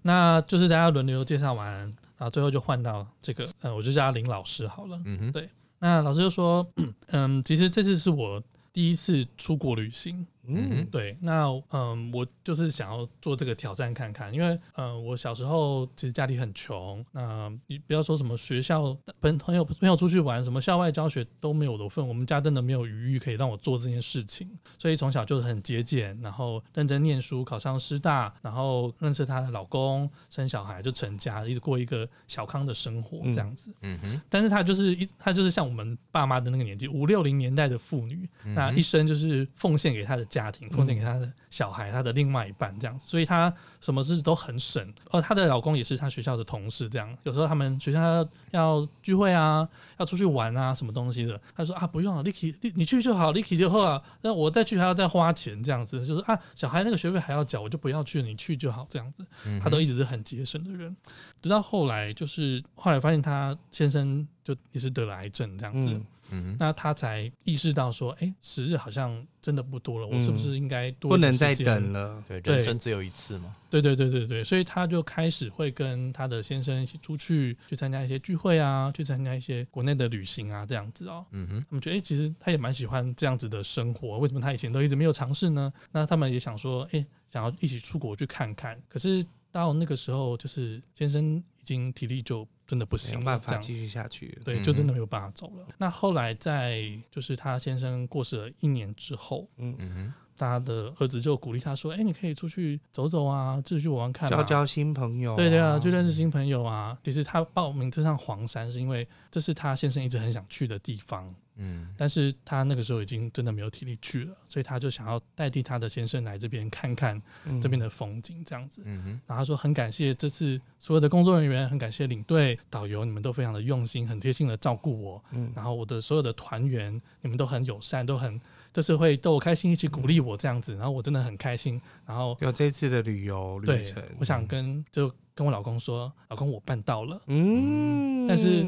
那就是大家轮流介绍完，然后最后就换到这个，呃，我就叫他林老师好了。嗯哼，对那老师就说：“嗯，其实这次是我第一次出国旅行，嗯嗯，对，那嗯，我就是想要做这个挑战看看，因为嗯，我小时候其实家里很穷，那你不要说什么学校朋朋友朋友出去玩，什么校外教学都没有我的份，我们家真的没有余裕可以让我做这件事情，所以从小就是很节俭，然后认真念书，考上师大，然后认识她的老公，生小孩就成家，一直过一个小康的生活这样子。嗯哼，但是她就是一，她就是像我们爸妈的那个年纪，五六零年代的妇女，嗯那一生就是奉献给她的家庭，奉献给她的小孩，她的另外一半这样子，所以她什么事都很省。哦，她的老公也是她学校的同事，这样有时候他们学校要要聚会啊，要出去玩啊，什么东西的，她说啊不用了，Licky 你你去就好，Licky 就好啊，那我再去还要再花钱这样子，就是啊小孩那个学费还要缴，我就不要去了，你去就好这样子。嗯哼她都一直是很节省的人，直到后来就是后来发现她先生就也是得了癌症这样子。嗯嗯哼那他才意识到说，哎、时日好像真的不多了，我是不是应该多、嗯不能再等？了。对，对人生只有一次嘛，对对对对对，所以他就开始会跟他的先生一起出去，去参加一些聚会啊，去参加一些国内的旅行啊，这样子哦。嗯哼，他们觉得，哎、其实他也蛮喜欢这样子的生活，为什么他以前都一直没有尝试呢？那他们也想说，哎、想要一起出国去看看。可是到那个时候，就是先生已经体力就真的不没行有了，办这法样继续下去了。对，就真的没有办法走了。那后来在就是他先生过世了一年之后，嗯他的儿子就鼓励他说：“哎、你可以出去走走啊，出去玩玩看、啊，交交新朋友、对对啊，就认识新朋友啊。”其实他报名这趟黄山是因为这是他先生一直很想去的地方，哼，嗯，但是他那个时候已经真的没有体力去了，所以他就想要代替他的先生来这边看看嗯这边的风景，这样子。嗯哼，然后他说很感谢这次所有的工作人员，很感谢领队、导游，你们都非常的用心，很贴心的照顾我。嗯然后我的所有的团员，你们都很友善，都很就是会逗我开心，一起鼓励我这样子。然后我真的很开心。然后有这次的旅游旅对程，，我想跟就跟我老公说，老公我办到了，嗯，但是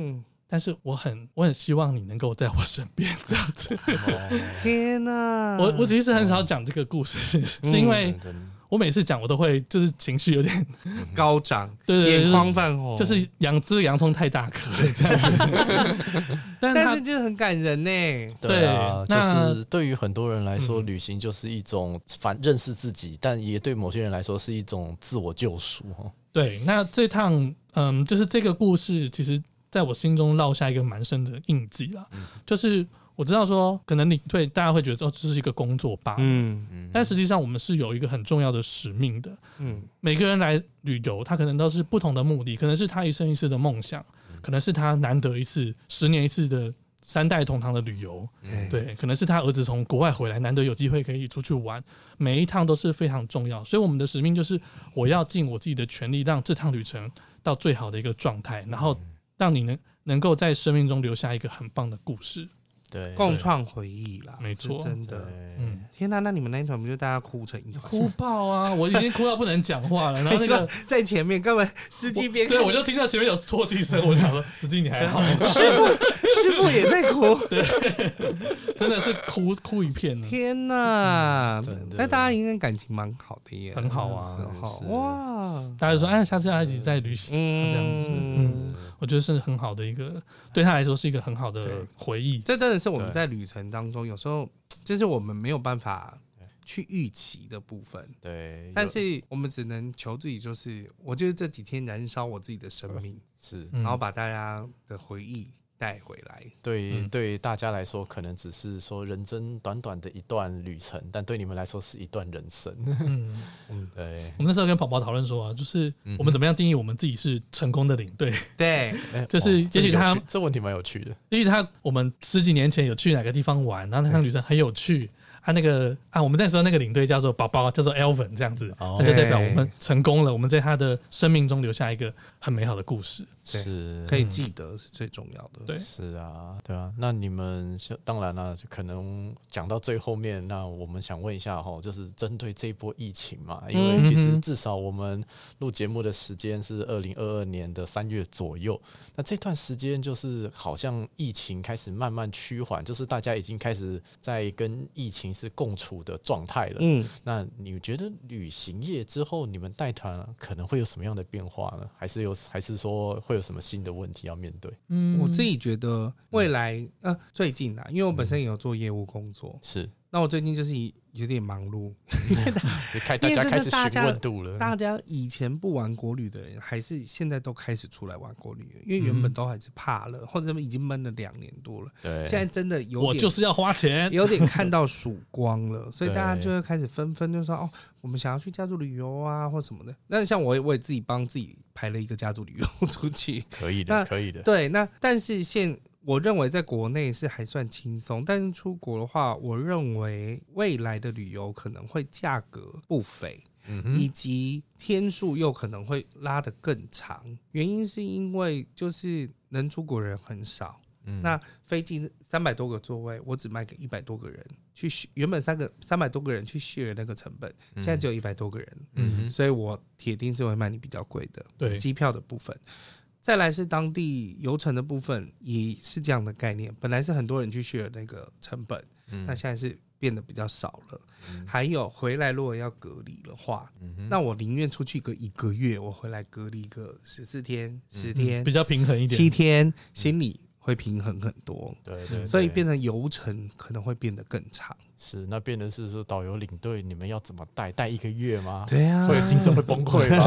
但是我很我很希望你能够在我身边这样子。哦天哪、我我其实很少讲这个故事，是因为真的我每次讲我都会就是情绪有点高涨，对对对，就眼是眶泛红，就是养只洋葱太大颗了这样子。 但但是他是就是很感人呢、对啊，对就那是对于很多人来说，嗯旅行就是一种反认识自己，但也对某些人来说是一种自我救赎哦。对，那这趟嗯，就是这个故事，其实在我心中烙下一个蛮深的印记啦。就是我知道说，可能领队大家会觉得哦，这是一个工作吧，嗯嗯但实际上我们是有一个很重要的使命的。嗯，每个人来旅游，他可能都是不同的目的，可能是他一生一世的梦想，可能是他难得一次、十年一次的三代同堂的旅游，对对，可能是他儿子从国外回来，难得有机会可以出去玩，每一趟都是非常重要。所以我们的使命就是，我要尽我自己的全力，让这趟旅程到最嗯好的一个状态，然后让你能能够在生命中留下一个很棒的故事。对，共创回忆啦，没错是真对的。 嗯，天呐，那你们那一团不就大家哭成一团？哭爆啊！我已经哭到不能讲话了。然后 那个，在前面，根本司机边对我就听到前面有啜泣声，我想说，司机你还好吗， 师傅， 师傅也在 哭。真的是哭哭一片呢。天呐真的！但大家应该感情蛮好的耶，很好啊那时候是哇，大家就说，哎，下次要一起再旅行。嗯，这样子嗯，我觉得是很好的一个，对他来说是一个很好对的回忆。这真的是我们对在旅程当中，有时候就是我们没有办法去预期的部分，对，但有是我们只能求自己，就是我就是这几天燃烧我自己的生命，是嗯然后把大家的回忆带回来。对嗯对大家来说，可能只是说人生短短的一段旅程，但对你们来说是一段人生。嗯，嗯，对，我们那时候跟宝宝讨论说啊，就是嗯哼我们怎么样定义我们自己是成功的领队？对，哎 就是哦这也许有他趣这问题蛮有趣的，因为他我们十几年前有去哪个地方玩，然后那趟旅程很有趣。啊，那个啊，我们那时候那个领队叫做宝宝，叫做 Elvin 这样子，哦那就代表我们成功了，我们在他的生命中留下一个很美好的故事。对是可以记得是最重要的。对是啊，对啊。那你们像当然啦、就可能讲到最后面，那我们想问一下哈，就是针对这一波疫情嘛，因为嗯其实嗯哼至少我们录节目的时间是二零二二年的三月左右，那这段时间就是好像疫情开始慢慢趋缓，就是大家已经开始在跟疫情是共处的状态了。嗯，那你觉得旅行业之后，你们带团可能会有什么样的变化呢？还是有，还是说会有什么新的问题要面对？嗯嗯我自己觉得未来，呃，最近啊，因为我本身也有做业务工作，是，那我最近就是有点忙碌。就开因大为真家的开始大询家问度了，大家以前不玩国旅的人，还是现在都开始出来玩国旅，因为原本嗯都还是怕了，或者已经闷了两年多了，对，现在真的有点我就是要花钱。 有点看到曙光了，所以对大家就会开始纷纷就说哦，我们想要去家族旅游啊，或什么的。那像我也，我也自己帮自己排了一个家族旅游出去。可以的，那可以的，对，那但是现我认为在国内是还算轻松，但是出国的话，我认为未来的旅游可能会价格不菲，嗯以哼，及天数又可能会拉得更长。原因是因为就是能出国人很少。嗯那飞机三百多个座位，我只卖给一百多个人去 share- 原本三个三百多个人去 share 那个成本，嗯现在只有一百多个人，嗯哼所以我铁定是会卖你比较贵的。对机票的部分，再来是当地游程的部分，也是这样的概念。本来是很多人去 share 那个成本，嗯那现在是变得比较少了。嗯还有回来如果要隔离的话，嗯哼那我宁愿出去个一个月，我回来隔离个十四天、十天、嗯比较平衡一七点，嗯天，心里会平衡很多。对对，所以对变成游程可能会变得更长。是那变成是说导游领队，你们要怎么带？带一个月吗？对啊会精神会崩溃 吧？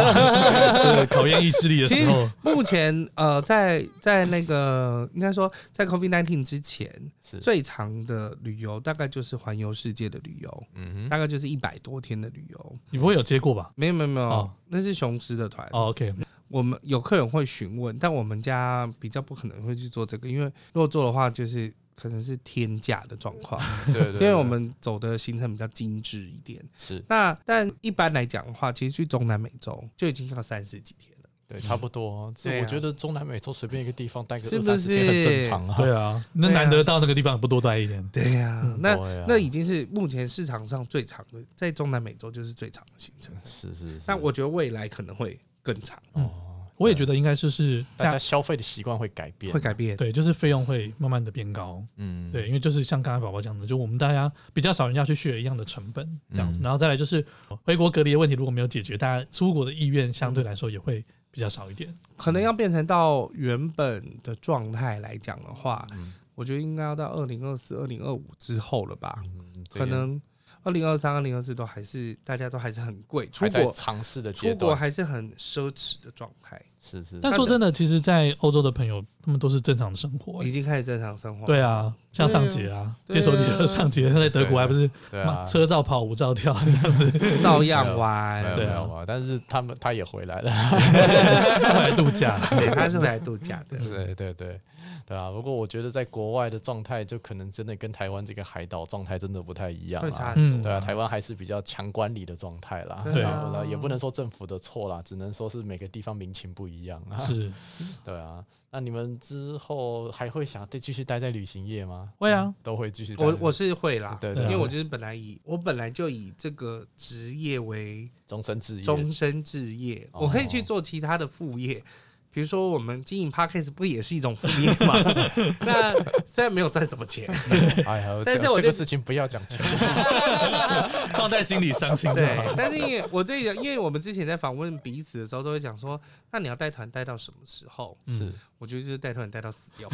对考验意志力的其时实候，目前呃，在在那个应该说在 COVID nineteen 之前，是，最长的旅游大概就是环游世界的旅游，嗯哼，大概就是一百多天的旅游。你不会有接过吧？没有没有没有，哦那是雄狮的团。哦，OK，我们有客人会询问，但我们家比较不可能会去做这个，因为如果做的话，就是可能是天价的状况，对对，因为对我们走的行程比较精致一点。是那但一般来讲的话，其实去中南美洲就已经要三十几天了，对差不多。这对我啊觉得中南美洲随便一个地方待个是二不三十天很正是常啊。对啊，那对啊难得到那个地方，不多待一点。对呀、嗯那、对啊那已经是目前市场上最长的，在中南美洲就是最长的行程。是是是，那我觉得未来可能会更长，哦，我也觉得应该就是大家消费的习惯会改变，会改变。对，就是费用会慢慢的变高。嗯，对，因为就是像刚才宝宝讲的，就我们大家比较少人要去学一样的成本这样子，嗯然后再来就是回国隔离的问题如果没有解决，大家出国的意愿相对来说也会比较少一点。可能要变成到原本的状态来讲的话，嗯，我觉得应该要到二零二四、二零二五之后了吧？嗯这可个能二零二三、二零二四都还是大家都还是很贵，出还在国尝试的阶出国段，还是很奢侈的状态，是是，但说真的，其实，在欧洲的朋友他们都是正常的生活、已经开始正常生活。对，啊，像上节啊，对接啊手机的上节，他在德国还不是对啊，车照跑，舞照跳这样子， 照样玩。没有对啊没有啊，但是他们他也回来了。他们来度假。 对，他是回来度假的。对对对，对啊，不过我觉得在国外的状态，就可能真的跟台湾这个海岛状态真的不太一样会啊差。很多。对啊，台湾还是比较强管理的状态啦，对啊不也不能说政府的错啦，只能说是每个地方民情不一样啊。，是 对啊。那你们之后还会想再继续待在旅行业吗？会啊，都会继续待。我我是会啦，对对因为对我就是本来以我本来就以这个职业为终身置业，终身置业，哦我可以去做其他的副业，比如说我们经营 podcast 不也是一种副业 吗？那虽然没有赚什么钱，哎 呀，但是这我就这个事情不要讲清楚。 放在心里伤心就对好。，哦但是因为我这里，因为我们之前在访问彼此的时候，都会讲说，那你要带团带到什么时候？是，我觉得就是带团带到死掉，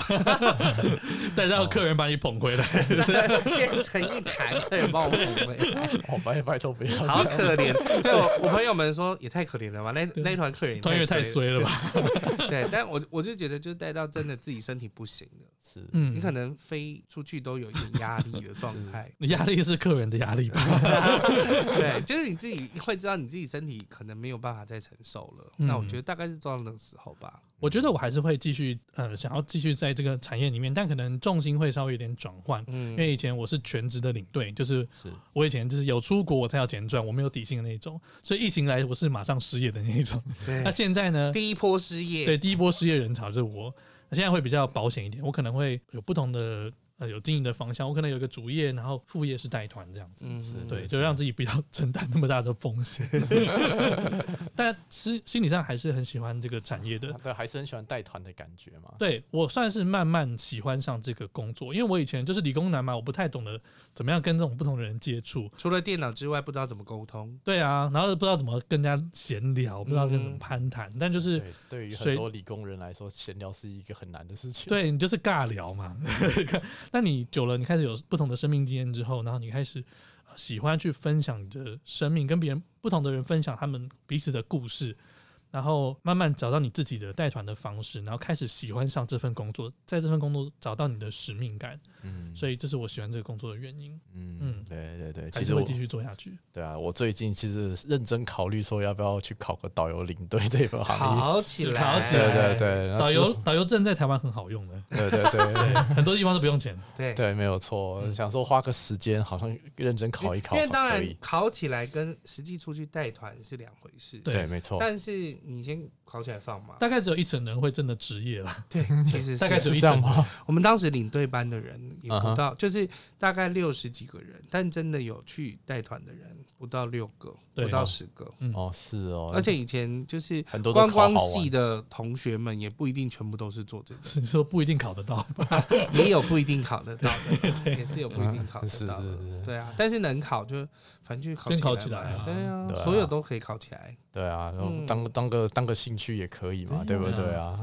但让客人把你捧回来， 变成一坛客人帮我捧回来，哦，拜拜托不要。好可怜。对我我朋友们说也太可怜了吧，那那一团客人也团员太衰衰了吧？了。对，但我我就觉得就是带到真的自己身体不行了。是，嗯，，你可能飞出去都有一点压力的状态是 压力是客人的压力吧？对，就是你自己会知道你自己身体可能没有办法再承受了。嗯那我觉得大概是到那个时候吧。我觉得我还是会继续呃，想要继续在这个产业里面，但可能重心会稍微有点转换。嗯因，为以前我是全职的领队，就是是我以前就是有出国我才有钱赚，我没有底薪的那种，所以疫情来我是马上失业的那一种。哎那对，现在呢？第一波失业，对，第一波失业人潮就是我，那现在会比较保险一点，我可能会有不同的呃有经营的方向，我可能有一个主业，然后副业是带团这样子。嗯，是对，就让自己不要承担那么大的风险，但心心理上还是很喜欢这个产业的啊。对，还是很喜欢带团的感觉嘛。对我算是慢慢喜欢上这个工作，因为我以前就是理工男嘛，我不太懂得怎么样跟这种不同的人接触。除了电脑之外，不知道怎么沟通。对啊，然后不知道怎么跟人家闲聊，不知道跟怎么嗯攀谈，但就是对，对于很随多理工人来说，闲聊是一个很难的事情。对你就是尬聊嘛。 那你久了，你开始有不同的生命经验之后，然后你开始呃喜欢去分享你的生命，跟别人不同的人分享他们彼此的故事，然后慢慢找到你自己的带团的方式，然后开始喜欢上这份工作，在这份工作找到你的使命感。嗯，所以这是我喜欢这个工作的原因。嗯嗯，对对对，还其是实会我继续做下去。对啊，我最近其实认真考虑说要不要去考个导游领队这份行业。好起来，好起对来对对，那哎导之游导游证在台湾很好用的，对对对对， 嗯很多地方都不用钱。对对，没有错。想说花个时间，好像认真考一考，因为当然可以。考起来跟实际出去带团是两回事。对对，没错。但是你先考起来放嘛。大概只有一成人会真的职业啦，对，其实是大概只有是一这成样人吗？我们当时领队班的人也嗯哼不到，就是大概六十几个人，但真的有去带团的人不到六个，对不到十个。嗯哦，是哦，而且以前就是很多都观考光好玩系的同学们也不一定全部都是做这 个，是说不一定考得到。也有不一定考得到的 啦，也是有不一定考是得到是的。是，对啊，但是能考就反正去考先考起起来来嘛，啊对啊对，啊所有都可以考起来。对啊，然后嗯当当个当个兴趣也可以嘛，对对不对啊？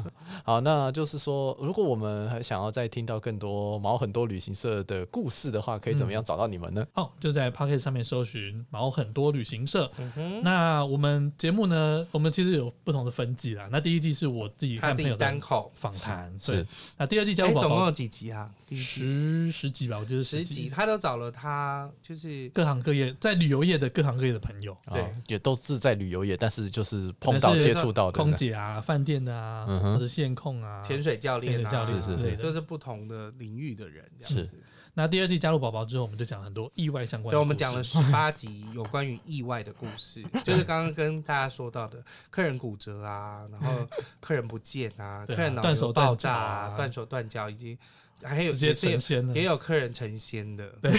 好，那就是说，如果我们还想要再听到更多毛很多旅行社的故事的话，可以嗯怎么样找到你们呢？哦，就在 Pocket 上面搜寻“毛很多旅行社”嗯哼，那我们节目呢，我们其实有不同的分季啦。那第一季是我自己他和自朋己友单的口。访谈，是对。那第二季哎，叫总宝共宝有几集啊？第一集十十集吧，我觉得十集，集。他都找了他，就是各行各业，在旅游业的各行各业的朋友，对啊，也都是在旅游业，但是就是碰到可能接是触到的空 呢，姐啊、饭店的啊，嗯哼或者线控啊、潜水教练啊，潜水教练是是之类的是就是不同的领域的人这是样子。那第二季加入宝宝之后，我们就讲很多意外相关的故事。对，我们讲了十八集有关于意外的故 事，就是刚刚跟大家说到的客人骨折啊，然后客人不见啊，客 对啊人脑断瘤手爆断炸脚啊，啊断手断脚，以及还有直接也是成有仙了也，有客人成仙的， 对，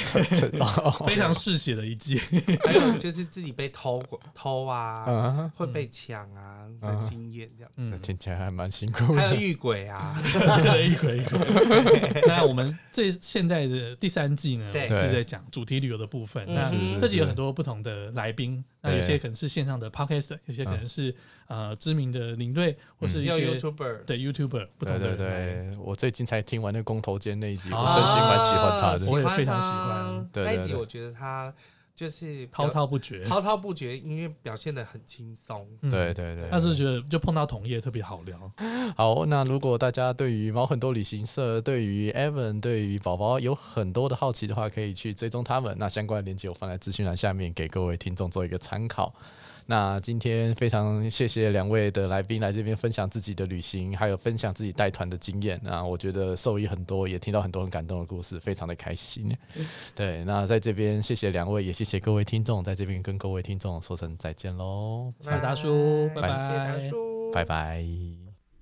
哦非常嗜血的一季。 还有就是自己被偷 过偷啊，啊，会被抢啊嗯的经验 这样子，这嗯，听起来还蛮辛苦还有的。遇鬼啊，对，一个一个。 那我们这现在的第三季呢，对我们是在讲主题旅游的部分。嗯那是是这集有很多不同的来宾，那有些可能是线上的 podcast，有些可能是呃知名的领队，或是一要些 YouTuber，对 YouTuber 不对同的对人来对，我最近才听完那工头间那一集，我啊嗯真心蛮喜欢他啊的我。也非他常喜欢对那一对集对我觉得他就是比较滔滔不绝。滔滔不绝，因为表现的很轻松。嗯对，对对，但是觉得就碰到同业特别好聊。好，那如果大家对于猫很多旅行社、对于 Evan、对于宝宝有很多的好奇的话，可以去追踪他们。那相关的链接我放在资讯栏下面，给各位听众做一个参考。那今天非常谢谢两位的来宾来这边分享自己的旅行，还有分享自己带团的经验啊，我觉得受益很多，也听到很多很感动的故事，非常的开心。对，那在这边谢谢两位，也谢谢各位听众，在这边跟各位听众说声再见喽，谢谢达叔，拜拜谢谢达拜。叔，拜拜。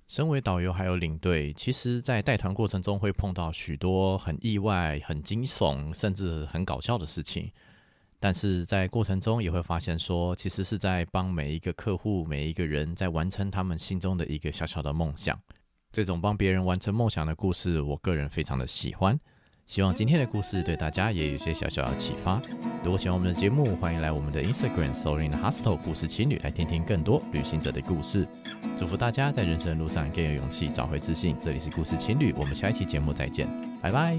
身为导游还有领队，其实，在带团过程中会碰到许多很意外、很惊悚，甚至很搞笑的事情。但是在过程中也会发现说，其实是在帮每一个客户、每一个人在完成他们心中的一个小小的梦想。这种帮别人完成梦想的故事，我个人非常的喜欢。希望今天的故事对大家也有一些小小的启发。如果喜欢我们的节目，欢迎来我们的 Instagram s o r i n Hostel 故事情侣来听听更多旅行者的故事。祝福大家在人生的路上更有勇气，找回自信。这里是故事情侣，我们下一期节目再见，拜拜。